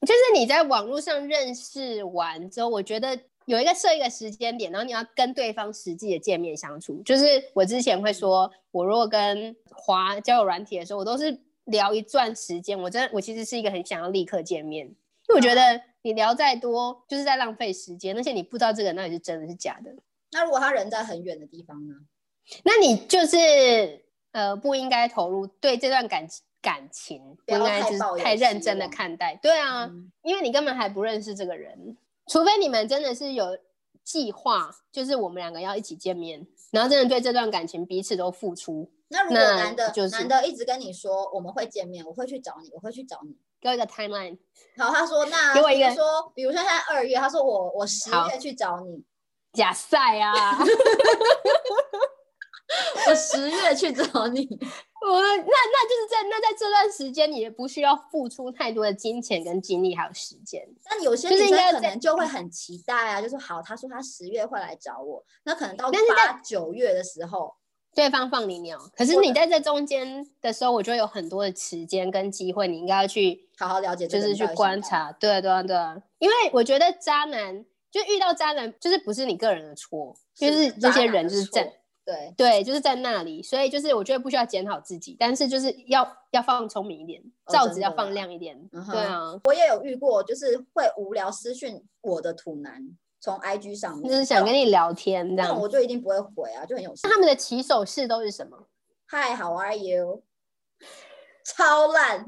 S1: 就是你在网络上认识完之后，我觉得有一个设一个时间点，然后你要跟对方实际的见面相处。就是我之前会说，我如果跟华交友软体的时候，我都是聊一段时间。我真的，我其实是一个很想要立刻见面，因为我觉得你聊再多就是在浪费时间，而且你不知道这个人到底是真的是假的。
S2: 那如果他人在很远的地方呢？
S1: 那你就是呃不应该投入对这段感情感情
S2: 不
S1: 不
S2: 要
S1: 应该
S2: 太
S1: 就是
S2: 抱有
S1: 太认
S2: 希
S1: 真的
S2: 望
S1: 看待。对啊，
S2: 嗯
S1: 因为你根本还不认识这个人，除非你们真的是有计划，就是我们两个要一起见面，然后真的对这段感情彼此都付出，
S2: 那如果
S1: 那
S2: 男的、
S1: 就是
S2: 男的一直跟你说我们会见面，我会去找你，我会去找你。
S1: 给我一个 timeline。
S2: 然后他说那
S1: 给我一
S2: 比如
S1: 个
S2: 说，比如说现在二月，他说我我十
S1: 好
S2: 月去找你，
S1: 假赛啊！
S2: 我十月去找你，
S1: 我那那就是在那在这段时间，你也不需要付出太多的金钱、跟精力还有时间。
S2: 但有些
S1: 就是
S2: 女
S1: 应该
S2: 生可
S1: 在
S2: 能就会很期待啊，就说好，他说他十月会来找我，那可能到
S1: 但是在
S2: 八九月的时候，
S1: 对方放你鸟，可是
S2: 或
S1: 你
S2: 者
S1: 在这中间的时候，我就有很多的时间跟机会，你应该要去
S2: 好好了解
S1: 就
S2: 这个
S1: 是
S2: 人
S1: 去
S2: 到底想干嘛，
S1: 观察，对啊对啊对啊，因为我觉得渣男就遇到渣男，就是不是你个人的错，就是是这
S2: 渣
S1: 些
S2: 男
S1: 人
S2: 的
S1: 就是
S2: 错
S1: 在
S2: 对，
S1: 对，就是在那里，所以就是我觉得不需要检讨自己，但是就是要要放聪明一点，
S2: 哦
S1: 罩
S2: 真
S1: 子要
S2: 的啦
S1: 放亮一点，
S2: 嗯哼
S1: 对啊，
S2: 我也有遇过，就是会无聊私讯我的土男，从 IG 上面，
S1: 就是想跟
S2: 你
S1: 你聊天这
S2: 那种
S1: 样。
S2: 我就一定不会回啊，就很有事
S1: 那。他们的起手式都是什么？
S2: Hi, how are you？超烂，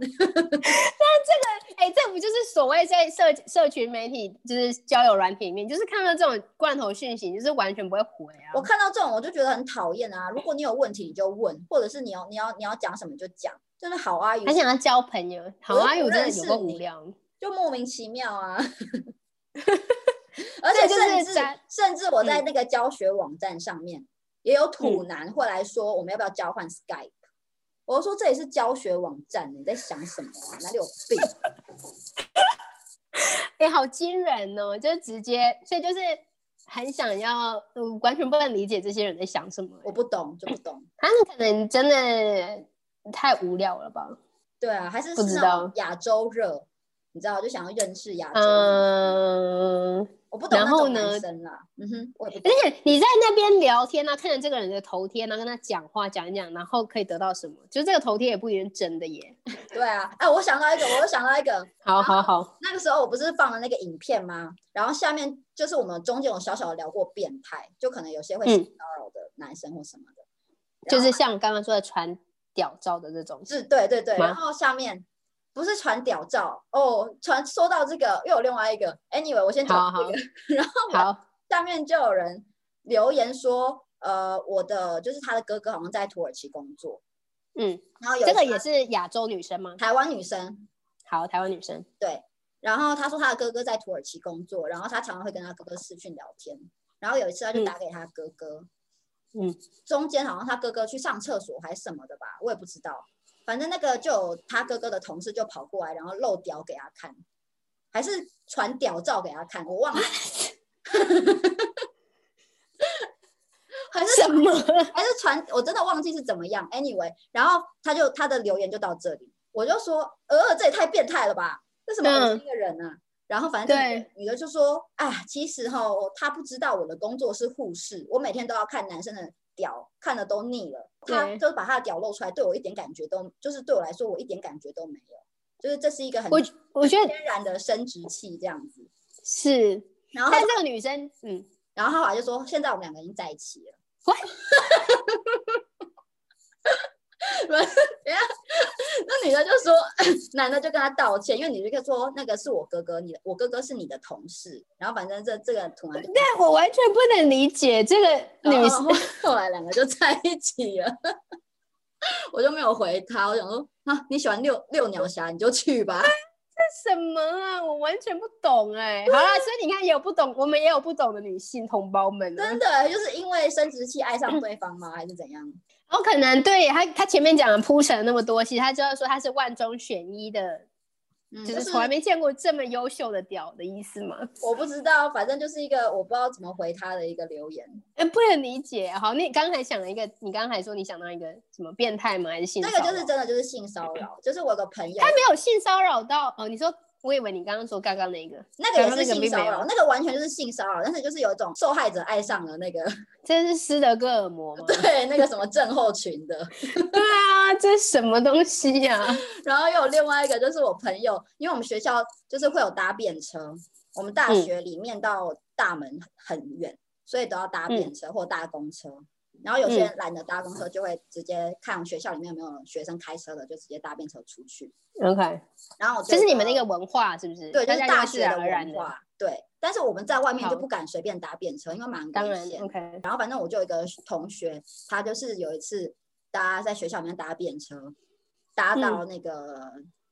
S1: 哎，这不就是所谓在社社群媒体，就是交友软体里面，就是看到这种罐头讯息，就是完全不会回啊。
S2: 我看到这种我就觉得很讨厌啊！如果你有问题你就问，或者是你要你要你要讲什么就讲，真的好啊，有
S1: 还想要交朋友，好
S2: 我又
S1: 啊，
S2: 不
S1: 我真的
S2: 认
S1: 有
S2: 识
S1: 个
S2: 你
S1: 无聊。
S2: 就莫名其 妙啊。而
S1: 对
S2: 且
S1: 就是
S2: 甚至
S1: 在嗯
S2: 甚至我在那个教学网站上面，也有土男会来说我们要不要交换 Skype，我就说这也是教学网站，你在想什么啊？哪里有病？
S1: 哎、好惊人哦！就直接，所以就是很想要，嗯，完全不能理解这些人在想什么欸。
S2: 我不懂就不懂。
S1: 他们可能真的太无聊了吧？
S2: 对啊，还是
S1: 不
S2: 是
S1: 知
S2: 那种
S1: 道
S2: 亚洲热，你知道，就想要认识亚洲人。
S1: 嗯，
S2: 我不懂
S1: 然
S2: 那
S1: 后
S2: 种男
S1: 呢
S2: 生啦。嗯哼，我也不
S1: 而
S2: 懂。
S1: 且你在那边聊天呢、看着这个人的头贴，然后跟他讲话讲一讲，然后可以得到什么？就这个头贴也不一定是真的耶。
S2: 对啊，哎，我想到一个，我又想到一个，
S1: 好好好，
S2: 那个时候我不是放了那个影片吗？然后下面就是我们中间有小小的聊过变态，就可能有些会
S1: 嗯
S2: 性骚扰的男生或什么的。然
S1: 就
S2: 后
S1: 是像刚刚说的传屌照的这种，
S2: 是，对对对。
S1: 吗
S2: 然后下面不是传屌照哦，传说到这个又有另外一个，anyway，我先
S1: 好
S2: 讲
S1: 好
S2: 这个。
S1: 好，
S2: 下面就有人留言说，呃，我的就是他的哥哥好像在土耳其工作，
S1: 嗯，
S2: 然后有
S1: 这个
S2: 一
S1: 也是亚洲女生吗？
S2: 台湾女生，
S1: 好，台湾女生，
S2: 对。然后他说他的哥哥在土耳其工作，然后他常常会跟他哥哥视讯聊天。然后有一次他就
S1: 嗯
S2: 打给他哥哥，
S1: 嗯，
S2: 中间好像他哥哥去上厕所还是什么的吧，我也不知道。反正那个就有他哥哥的同事就跑过来，然后露屌给他看，还是传屌照给他看，我忘了。 还是
S1: 什么？
S2: 还是传，我真的忘记是怎么样。Anyway，然后他就他的留言就到这里，我就说，呃，这也太变态了吧，这
S1: 嗯
S2: 什么恶心的人啊？然后反正这个女的就说，啊，其实哈，他不知道我的工作是护士，我每天都要看男生的屌，看的都腻了，他
S1: 对
S2: 就把他的屌露出来，对我一点感觉都，就是对我来说，我一点感觉都没有。就是这是一个很
S1: 我 我觉得
S2: 天然的生殖器这样子。
S1: 是，
S2: 然后
S1: 但这个女生，嗯，
S2: 然后后来就说，现在我们两个已经在一起了。
S1: What？
S2: 然后等一下那女的就说，男的就跟他道歉，因为女的就说那个是我哥哥，你的我哥哥是你的同事。然后反正这这个突然就，
S1: 但我完全不能理解这个女
S2: 然
S1: 生
S2: 后后来两个就在一起了。我就没有回他，我想说啊，你喜欢六六鸟侠你就去吧。
S1: 什么啊，我完全不懂哎、好啦，所以你看，也有不懂，我们也有不懂的女性同胞们啊呢。
S2: 真的就是因为生殖器爱上对方吗？还是怎样？
S1: 然后可能对他，他前面讲的铺陈了那么多，其实他知道说他是万中选一的，
S2: 嗯，
S1: 就是从来没见过这么优秀的屌的意思吗？
S2: 我不知道，反正就是一个我不知道怎么回他的一个留言。
S1: 哎、不能理解。好，你刚才想了一个，你刚才说你想到一个什么变态吗？还是性
S2: 那
S1: 骚
S2: 个
S1: 扰？
S2: 就是真的就是性骚扰，就是我有个朋友
S1: 他，没有性骚扰到哦。你说，我以为你刚刚说刚刚那个，
S2: 那个也
S1: 刚刚
S2: 是
S1: 那个
S2: 性
S1: 并
S2: 骚
S1: 没
S2: 扰，
S1: 有
S2: 那个完全就是性骚扰，但是就是有一种受害者爱上了那个
S1: 这是斯德哥尔摩吗？
S2: 对那个什么症候群的，
S1: 对啊，这是什么东西呀、
S2: 然后又有另外一个就是我朋友，因为我们学校就是会有搭便车，我们大
S1: 嗯
S2: 学里面到大门很远，所以都要搭
S1: 嗯
S2: 便车或搭公车。然后有些人懒得搭公车，就会直接看学校里面有没有学生开车的，就直接搭便车出去。
S1: o k
S2: 然后我
S1: 这是你们
S2: 那
S1: 那个文化是不是？
S2: 对，就
S1: 大
S2: 是
S1: 家
S2: 大
S1: 会自
S2: 学
S1: 然
S2: 的
S1: 而然
S2: 文
S1: 的，
S2: 化。对，但是我们在外面就
S1: 好
S2: 不敢随便搭便车，因为蛮
S1: 当
S2: 危
S1: 然嗯
S2: 险。
S1: ，OK，
S2: 然后反正我就有一个同学，他就是有一次搭在学校里面搭便车，搭
S1: 嗯
S2: 到那个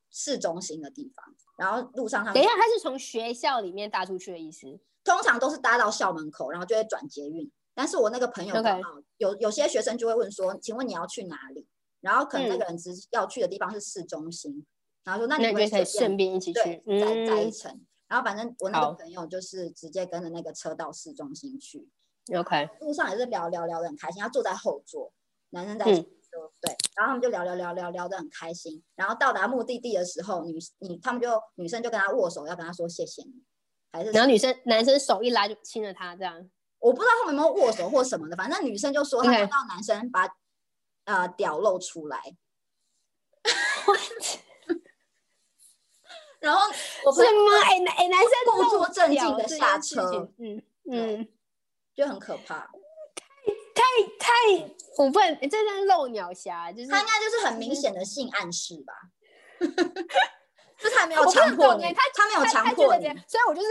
S2: 市中心的地方，然后路上他
S1: 等
S2: 们
S1: 一下，他是从学校里面搭出去的意思。
S2: 通常都是搭到校门口，然后就会转捷运。但是我那个朋友刚
S1: OK
S2: 好有有些学生就会问说，请问你要去哪里？然后可能那个人只是要去的地方是市中心，然后说啊那你
S1: 嗯那
S2: 会
S1: 你就可以
S2: 随便
S1: 顺便一起去
S2: 对，，在在一
S1: 嗯
S2: 层。然后反正我那个
S1: 好
S2: 朋友就是直接跟着那个车到市中心去，
S1: ，OK，
S2: 路上也是聊聊聊得很开心。他坐在后座，男生在
S1: 嗯
S2: 前座、对，然后他们就聊聊聊聊聊得很开心。然后到达目的地的时候，女女他们就女生就跟他握手，要跟他说谢谢你，还是
S1: 然后女生男生手一拉就亲了她，这样
S2: 我不知道他们有没有握手或什么的，反正女生就说她
S1: OK
S2: 看到男生把呃屌露出来。 然后我朋
S1: 什
S2: 友
S1: 么？哎、男哎、男生
S2: 故
S1: 露
S2: 作镇静
S1: 屌
S2: 地
S1: 这件
S2: 下
S1: 事
S2: 车
S1: 情，嗯嗯，
S2: 就很可怕，
S1: 太我不能，哎这真是露鸟侠，就是
S2: 他应该就是
S1: 嗯
S2: 很明显的性暗示吧， 就是他没
S1: 我
S2: 有
S1: 不
S2: 强迫
S1: 懂
S2: 你
S1: 欸，
S2: 他没有
S1: 他
S2: 强
S1: 他觉
S2: 迫
S1: 得
S2: 你
S1: 这样，所以我就是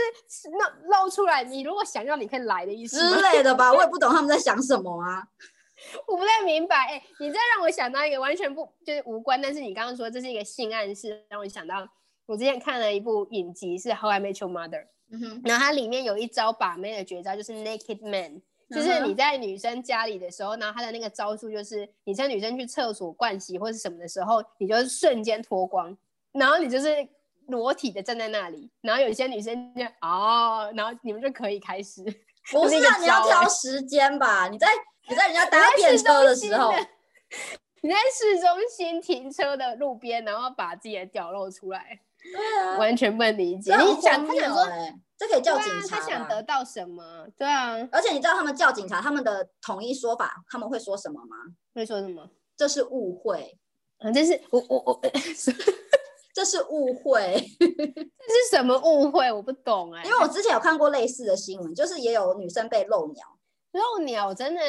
S1: 那露出来，你如果想要，你可以来的意思
S2: 之
S1: 吗。
S2: 类的 吧，我也不懂他们在想什么啊。
S1: 我不太明白，哎、你这让我想到一个完全不就是无关，但是你刚刚说这是一个性暗示，让我想到我之前看了一部影集是《How I Met Your Mother》，
S2: 嗯哼，
S1: 然后它里面有一招把妹的绝招就是 Naked Man。就是你在女生家里的时候，然后她的那个招数就是，你趁女生去厕所、盥洗或是什么的时候，你就瞬间脱光，然后你就是裸体的站在那里，然后有些女生就哦，然后你们就可以开始。
S2: 不是
S1: 那
S2: 啊，
S1: 个
S2: 你要
S1: 招
S2: 挑
S1: 欸
S2: 时间吧， 你在你在人家
S1: 在
S2: 搭便
S1: 市
S2: 车
S1: 中
S2: 的
S1: 心
S2: 时候，
S1: 的 你在市中心停车的路边，然后把自己的屌露出来，
S2: 对啊，
S1: 完全不能理解。
S2: 这很
S1: 你想，
S2: 荒
S1: 他
S2: 谬
S1: 想说，
S2: 欸这可以
S1: 对
S2: 叫
S1: 啊
S2: 警，察
S1: 他想
S2: 吧。
S1: 得到什么？对啊，
S2: 而且你知道他们叫警察，他们的统一说法，他们会说什么吗？
S1: 会说什么？
S2: 这是误会，
S1: 啊，这是我我 我，这是
S2: 这是误 会。
S1: 什么误会？我不懂哎、
S2: 因为我之前有看过类似的新闻，就是也有女生被漏鸟，
S1: 露鸟真的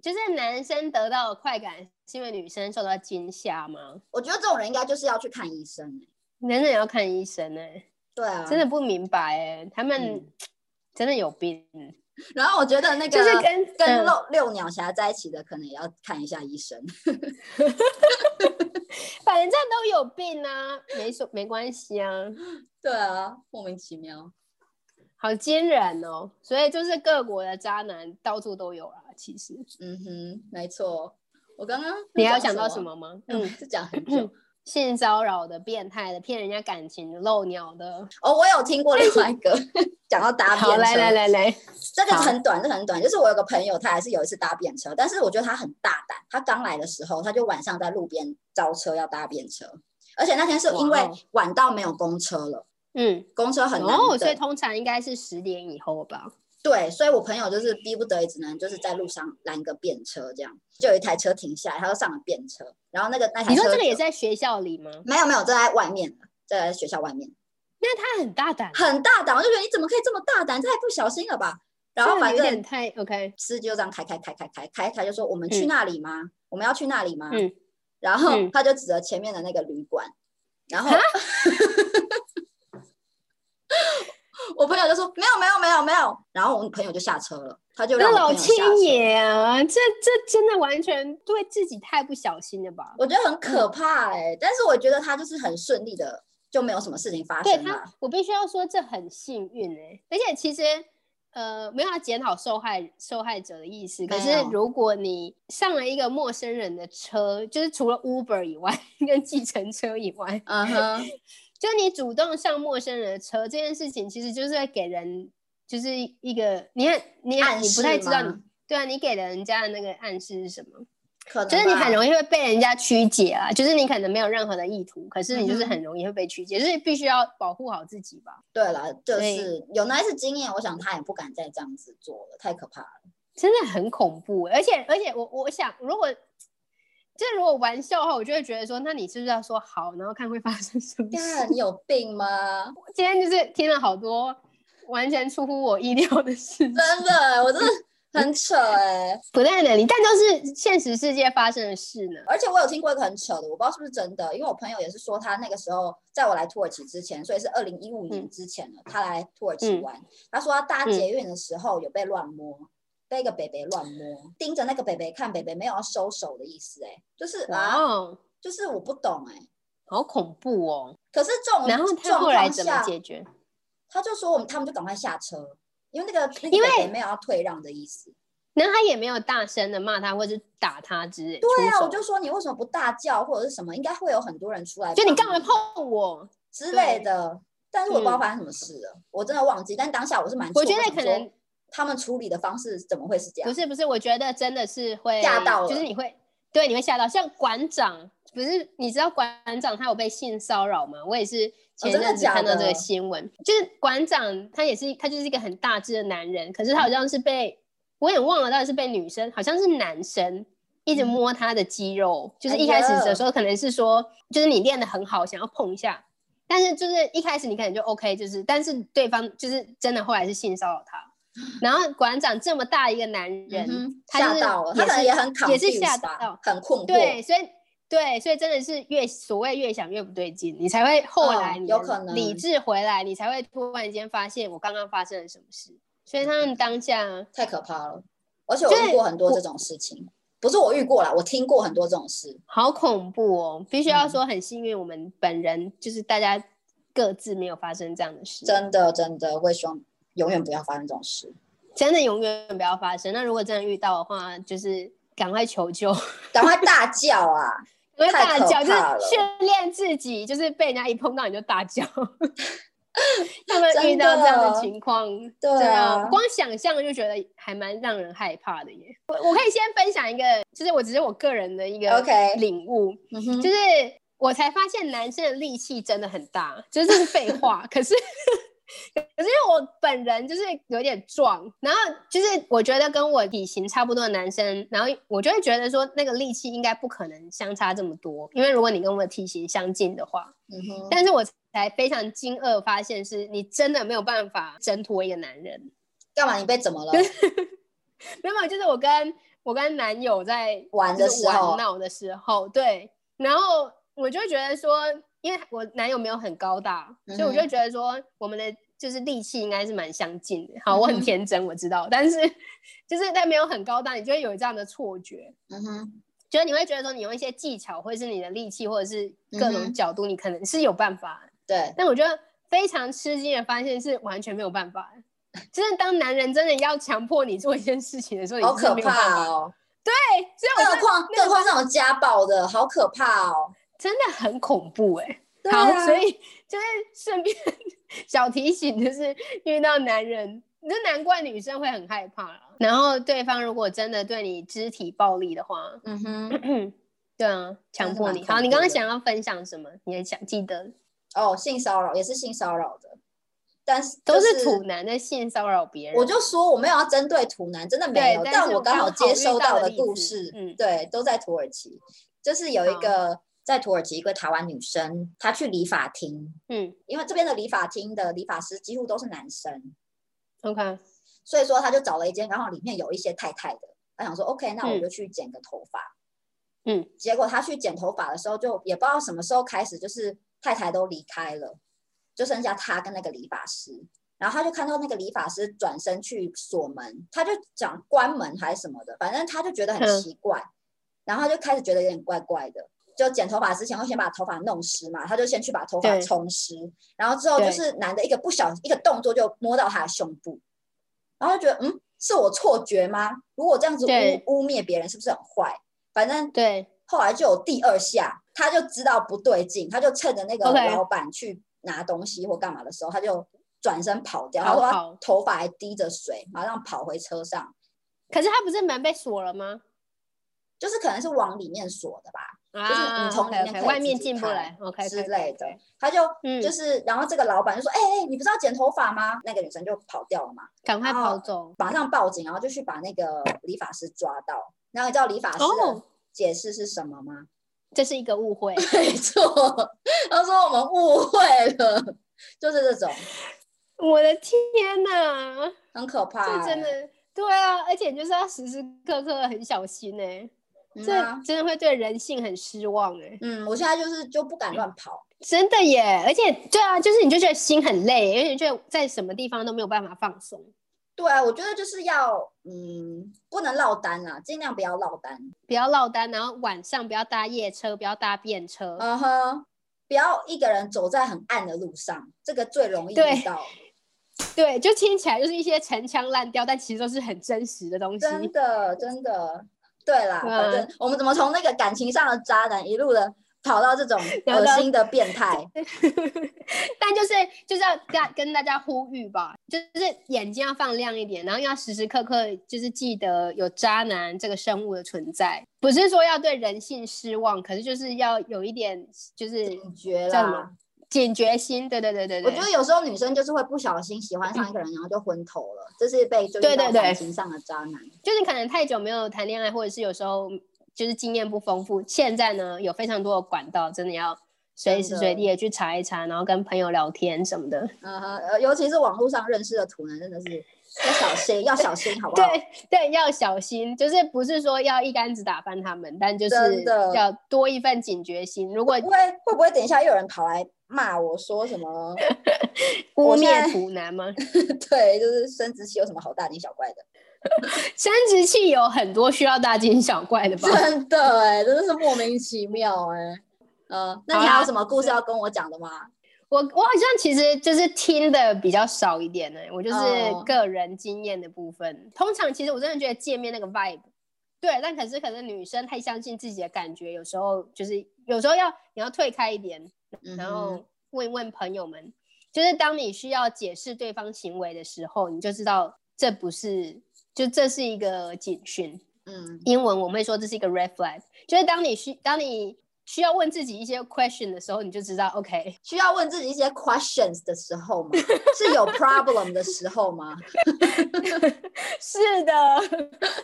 S1: 就是男生得到的快感，是因为女生受到惊吓吗？
S2: 我觉得这种人应该就是要去看医生、欸。
S1: 男生也要看医生哎、
S2: 对啊，
S1: 真的。不明白哎、他们、
S2: 嗯
S1: 真的有病，
S2: 然后我觉得那个
S1: 就是跟
S2: 跟
S1: 嗯
S2: 漏六鸟侠在一起的，可能也要看一下医生。
S1: 反正都有病啊，没说没关系啊，
S2: 对啊，莫名其妙。
S1: 好惊人哦！所以就是各国的渣男到处都有啦。啊其实
S2: 嗯哼，没错。我刚刚
S1: 你还
S2: 要
S1: 有想到什？么吗？嗯，
S2: 啊嗯，是讲很久。
S1: 性骚扰的、变态的、骗人家感情的、漏鸟的。
S2: 哦，我有听过另外一个 讲到搭便车，
S1: 好，来来来来，
S2: 这个
S1: 好
S2: 很短，这个很短。就是我有个朋友，他还是有一次搭便车，但是我觉得他很大胆。他刚来的时候，他就晚上在路边招车要搭便车，而且那天是因
S1: 哇
S2: 为
S1: 哦
S2: 晚到没有公车了，
S1: 嗯，
S2: 公车很难
S1: 哦，所以
S2: 等。
S1: 通常应该是十点以后吧。
S2: 对，所以我朋友就是逼不得已，只能就是在路上拦个便车，这样就有一台车停下来，他就上了便车，然后那个那台
S1: 你
S2: 车
S1: 说这个也
S2: 就
S1: 在学校里吗？
S2: 没有没有，这在外面，这在学校外面，
S1: 那他很大胆，
S2: 很大胆，我就觉得你怎么可以这么大胆，太不小心了吧？然后
S1: 这个
S2: 反
S1: 有点
S2: 正
S1: 太 OK，
S2: 司机就这样开开开开开开开，就说我们
S1: 嗯
S2: 去那里吗？我们要去那里吗？
S1: 嗯
S2: 然后
S1: 嗯
S2: 他就指着前面的那个旅馆，然后
S1: 哈
S2: 我朋友就说没有没有没有没有，然后我朋友就下车了，他就让
S1: 这
S2: 我
S1: 老
S2: 朋友下车
S1: 天爷啊，这这真的完全对自己太不小心了吧？
S2: 我觉得很可怕哎、但是我觉得他就是很顺利的，就没有啊什么事情发
S1: 对
S2: 生
S1: 他
S2: 啦。，
S1: 我必须要说这很幸运哎、而且其实呃，没有要检讨受害受害者的意思，可
S2: 没
S1: 是
S2: 有
S1: 如果你上了一个陌生人的车，就是除了 Uber 以外， 跟计程车以外，
S2: 嗯哼，
S1: 就你主动上陌生人的车这件事情，其实就是会给人就是一个你很你
S2: 暗
S1: 很你不太
S2: 示
S1: 知道你
S2: 吗
S1: 对啊，你给人家的那个暗示是什么？
S2: 可能
S1: 就是你很
S2: 易
S1: 容易会被人家曲解啊，就是你可能没有任何的意图，可是你就是
S2: 嗯哼
S1: 很容易会被曲解，就是必须要保护好自己吧。
S2: 对了，就
S1: 所以
S2: 是有那一次经验，我想他也不敢再这样子做了，太可怕了。
S1: 真的很恐怖欸，而且而且我我想，如果就如果玩笑的话，我就会觉得说，那你是不是要说好，然后看会发生什么
S2: 呀，
S1: 事？
S2: 你有病吗？
S1: 今天就是听了好多完全出乎我意料的事情，
S2: 真的，欸我真的 很扯哎、
S1: 不在那里，但都是现实世界发生的事呢。
S2: 而且我有听过一个很扯的，我不知道是不是真的，因为我朋友也是说他那个时候在我来土耳其之前，所以是二零一五年
S1: 嗯
S2: 之前了，他来土耳其
S1: 嗯
S2: 玩，他说他搭
S1: 嗯
S2: 捷运的时候有被乱摸。被一个北北乱摸，盯着那个北北看，北北没有要收手的意思、哎，就是
S1: 哇
S2: 啊，
S1: 哦，
S2: 就是我不懂、哎，
S1: 好恐怖哦！
S2: 可是这种
S1: 然后他
S2: 状
S1: 后来
S2: 况
S1: 怎么
S2: 下，
S1: 解决？
S2: 他就说我们他们就赶快下车，因为那个那个
S1: 因为
S2: 北北没有要退让的意思。
S1: 然后他也没有大声的骂他或者打他之类。
S2: 对
S1: 出
S2: 啊，
S1: 手
S2: 我就说你为什么不大叫或者是什么？应该会有很多人出来帮，
S1: 就你干嘛碰我？
S2: 之类
S1: 对
S2: 的。但是我不知道
S1: 嗯
S2: 发生什么事了，我真的忘记。但当下我是蛮错
S1: 我
S2: 愕，
S1: 觉得
S2: 想
S1: 可
S2: 说
S1: 能
S2: 他们处理的方式怎么会是这样？
S1: 不是不是，我觉得真的是会
S2: 吓到
S1: 就是
S2: 了
S1: 你会对你会吓到。像馆长，不是你知道馆长他有被性骚扰吗？我也是前
S2: 哦真的
S1: 阵子
S2: 假
S1: 看到这
S2: 的
S1: 个新闻，就是馆长他也是他就是一个很大只的男人，可是他好像是被我也忘了到底是被女生，好像是男生。一直
S2: 嗯
S1: 摸他的肌肉，就是
S2: 哎
S1: 一开始
S2: 呀
S1: 的时候可能是说，就是你练得很好，想要碰一下，但是就是一开始你可能就 OK，就是但是对方就是真的后来是性骚扰他， 然后馆长这么大一个男人，
S2: 嗯哼
S1: 他
S2: 吓
S1: 就是
S2: 到了，
S1: 也
S2: 他可能
S1: 是
S2: 也很
S1: 也是
S2: confused
S1: 吓
S2: 吧
S1: 到
S2: 很困惑。
S1: 对，所以对，所以真的是越所谓越想越不对劲，你才会后
S2: 嗯
S1: 来你
S2: 有
S1: 的
S2: 可能
S1: 理智回来，你才会突然间发现我刚刚发生了什么事。所以他
S2: 嗯
S1: 们当下
S2: 太可怕了。而且我
S1: 就是
S2: 遇过很多
S1: 我
S2: 这种事情，不是我遇过啦，我听过很多这种事。
S1: 好恐怖哦，必须要
S2: 嗯
S1: 说很幸运，我们本人就是大家各自没有发生这样的事，
S2: 真的真的，我也希望永远不要发生这种事。
S1: 真的永远不要发生。那如果真的遇到的话，就是赶快求救。
S2: 赶快大叫啊！
S1: 因为
S2: 太
S1: 大
S2: 可
S1: 叫，就
S2: 怕了
S1: 是训练自己，就是被人家一碰到你就大叫。 他们遇
S2: 真的
S1: 到这样的情况，
S2: 对啊
S1: 光想象就觉得还蛮让人害怕的耶。我我可以先分享一个，就是我只是我个人的一个
S2: OK
S1: 领悟
S2: 嗯哼
S1: 就是我才发现男生的力气真的很大，就是这是废话， 可是。可是因为我本人就是有点壮，然后就是我觉得跟我体型差不多的男生，然后我就会觉得说那个力气应该不可能相差这么多，因为如果你跟我的体型相近的话，
S2: 嗯哼，
S1: 但是我才非常惊愕发现是你真的没有办法挣脱一个男人，
S2: 干嘛？你被怎么了？
S1: 没有，就是我跟我跟男友在
S2: 玩的
S1: 就是
S2: 时候
S1: 玩闹的时候，对，然后我就觉得说，因为我男友没有很高大，所以我
S2: 嗯哼
S1: 就觉得说，我们的就是力气应该是蛮相近的。好，我
S2: 嗯
S1: 很
S2: 哼
S1: 天真，我知道，但是就是但没有很高大，你就会有这样的错觉，
S2: 嗯哼，
S1: 就是你会觉得说，你用一些技巧，或者是你的力气，或者是各
S2: 嗯哼
S1: 种角度，你可能是有办法
S2: 对，
S1: 但我觉得非常吃惊的发现是完全没有办法 的，就是当男人真的要强迫你做一件事情的时候，你
S2: 好
S1: 真的
S2: 可
S1: 没有办
S2: 怕
S1: 法。
S2: 哦。
S1: 对，所以
S2: 更
S1: 我
S2: 何
S1: 觉得
S2: 况，更何况这种家暴的，好可怕哦！
S1: 真的很恐怖哎、
S2: 对
S1: 好，
S2: 啊
S1: 所以就是顺便 小提醒，就是遇到男人，就难怪女生会很害怕啦。然后对方如果真的对你肢体暴力的话，
S2: 嗯哼，
S1: 对啊，强迫你。
S2: 真的蛮恐怖的
S1: 好，你刚刚想要分享什么？你还想记得？
S2: 哦，性骚扰也是性骚扰的，但是、
S1: 都
S2: 是
S1: 是土男在性骚扰别人。
S2: 我就说我没有要针对土男，真的没有，
S1: 对但
S2: 但
S1: 是
S2: 我
S1: 我刚
S2: 好
S1: 好
S2: 接收
S1: 遇到
S2: 到
S1: 的例
S2: 故
S1: 子
S2: 事，
S1: 嗯
S2: 对，都在土耳其，就是有一个在土耳其一个台湾女生，她去理发厅，
S1: 嗯
S2: 因为这边的理发厅的理发师几乎都是男生，
S1: ，OK，
S2: 所以说她就找了一间，刚好里面有一些太太的，她想说 OK，那我
S1: 嗯
S2: 就去剪个头发，
S1: 嗯，
S2: 结果她去剪头发的时候，就也不知道什么时候开始，就是太太都离开了，就剩下她跟那个理发师。然后她就看到那个理发师转身去锁门，她就讲关门还是什么的，反正她就觉得很
S1: 嗯
S2: 奇怪，然后她就开始觉得有点怪怪的。就剪头发之前会先把头发弄湿嘛，她就先去把头发
S1: 对
S2: 冲湿，然后之后就
S1: 对
S2: 是男的一个不小一个动作就摸到她的胸部，然后就觉得嗯，是我错觉吗？如果这样子
S1: 对
S2: 污污蔑别人，是不是很坏？反正
S1: 对，
S2: 后来就有第二下，他就知道不对劲，他就趁着那个
S1: OK
S2: 老板去拿东西或干嘛的时候，他就转身跑掉。他
S1: 逃
S2: 说他
S1: 跑
S2: 头发还滴着水，马上跑回车上，
S1: 可是他不是门被锁了吗？
S2: 就是可能是往里面锁的吧。是你
S1: 啊
S2: 从里面
S1: OK，OK，
S2: 可以
S1: 外
S2: 嗯自
S1: 面
S2: 己
S1: 进不
S2: 看
S1: 来，OK
S2: 之类的
S1: OK，OK，
S2: 他就
S1: 嗯
S2: 就是，然后这个老板就说：“哎、哎、你不是要剪头发吗？”那个女生就跑掉了嘛，
S1: 赶快
S2: 然后
S1: 跑走。
S2: 马上报警，然后就去把那个理发师抓到。然后你知道理发师的
S1: 哦
S2: 解释是什么吗？
S1: 这是一个误会，
S2: 没错，他说我们误会了，就是这种
S1: 我的天哪，
S2: 很可怕、欸
S1: 这真的对啊，而且你就是要时时刻刻很小心哎、
S2: 嗯啊
S1: 这真的会对人性很失望哎、
S2: 嗯，我现在就是就不敢乱跑，
S1: 真的耶！而且对啊，就是你就觉得心很累，而且觉得在什么地方都没有办法放松，
S2: 对啊，我觉得就是要嗯，不能落单啦，尽量不要落单，
S1: 不要落单，然后晚上不要搭夜车，不要搭便车，
S2: 嗯哼，不要一个人走在很暗的路上，这个最容易
S1: 对
S2: 遇到，
S1: 对，就听起来就是一些陈腔滥调，但其实都是很真实的东西。
S2: 真的真的，对啦，
S1: 对
S2: 反正我们怎么从那个感情上的渣男一路的跑到这种
S1: 聊
S2: 恶
S1: 到
S2: 心的变态，
S1: 但就是就是要大跟大家呼吁吧，就是眼睛要放亮一点，然后要时时刻刻就是记得有渣男这个生物的存在，不是说要对人性失望，可是就是要有一点就是
S2: 警觉
S1: 叫什
S2: 啦
S1: 么。警觉心。对对对对
S2: 我
S1: 对，
S2: 觉得有时候女生就是会不小心喜欢上一个人，然后就昏头了，这是被追
S1: 对
S2: 到
S1: 对对
S2: 感情上的渣男。
S1: 就是可能太久没有谈恋爱，或者是有时候就是经验不丰富，现在呢有非常多的管道，真的要随时随地的去查一查，然后跟朋友聊天什么的。
S2: 嗯哼，呃，尤其是网络上认识的土男，真的是要小心，要小心，好不好？
S1: 对对，要小心，就是不是说要一竿子打翻他们，但就是
S2: 真的
S1: 要多一份警觉心。如果
S2: 因为会不会等一下又有人跑来骂我说什么？
S1: 污
S2: 我现在
S1: 蔑图男吗？
S2: 对，就是生殖器有什么好大惊小怪 的？
S1: 生殖器有很多需要大惊小怪的吧？
S2: 真的哎、真的是莫名其妙哎、呃，那你
S1: 好啦啊
S2: 还有什么故事要跟我讲的吗？
S1: 我我好像其实就是听的比较少一点呢、我就是
S2: 哦
S1: 个人经验的部分。通常其实我真的觉得界面那个 vibe，对，但可是可能女生太相信自己的感觉，有时候就是有时候要你要退开一点，
S2: 嗯
S1: 然
S2: 哼
S1: 后问一问朋友们，就是当你需要解释对方行为的时候，你就知道这不是，就这是一个警讯。
S2: 嗯
S1: 英文我们会说这是一个 red flag，就是当你需当你需要问自己一些 question 的时候，你就知道 OK。
S2: 需要问自己一些 questions 的时候吗？是有 problem 的时候吗？
S1: 是的，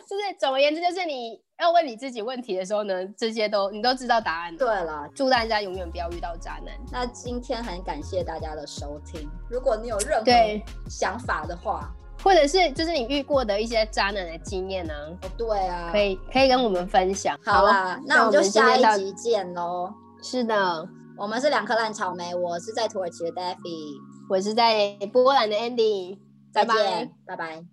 S1: 就是总而言之，就是你要问你自己问题的时候呢，这些都你都知道答案了。
S2: 对了，
S1: 祝大家永远不要遇到渣男。
S2: 那今天很感谢大家的收听。如果你有任
S1: 对
S2: 何想法的话，
S1: 或者是就是你遇过的一些渣男的经验呢、
S2: 哦，对啊，
S1: 可以可以跟我们分享。
S2: 好啊啦，那我们就
S1: 今天
S2: 下一
S1: 到
S2: 集见喽。
S1: 是的，
S2: 我们是两颗烂草莓，我是在土耳其的 Daffy，
S1: 我是在波兰的 Andy，
S2: 再
S1: 拜拜
S2: 见，拜拜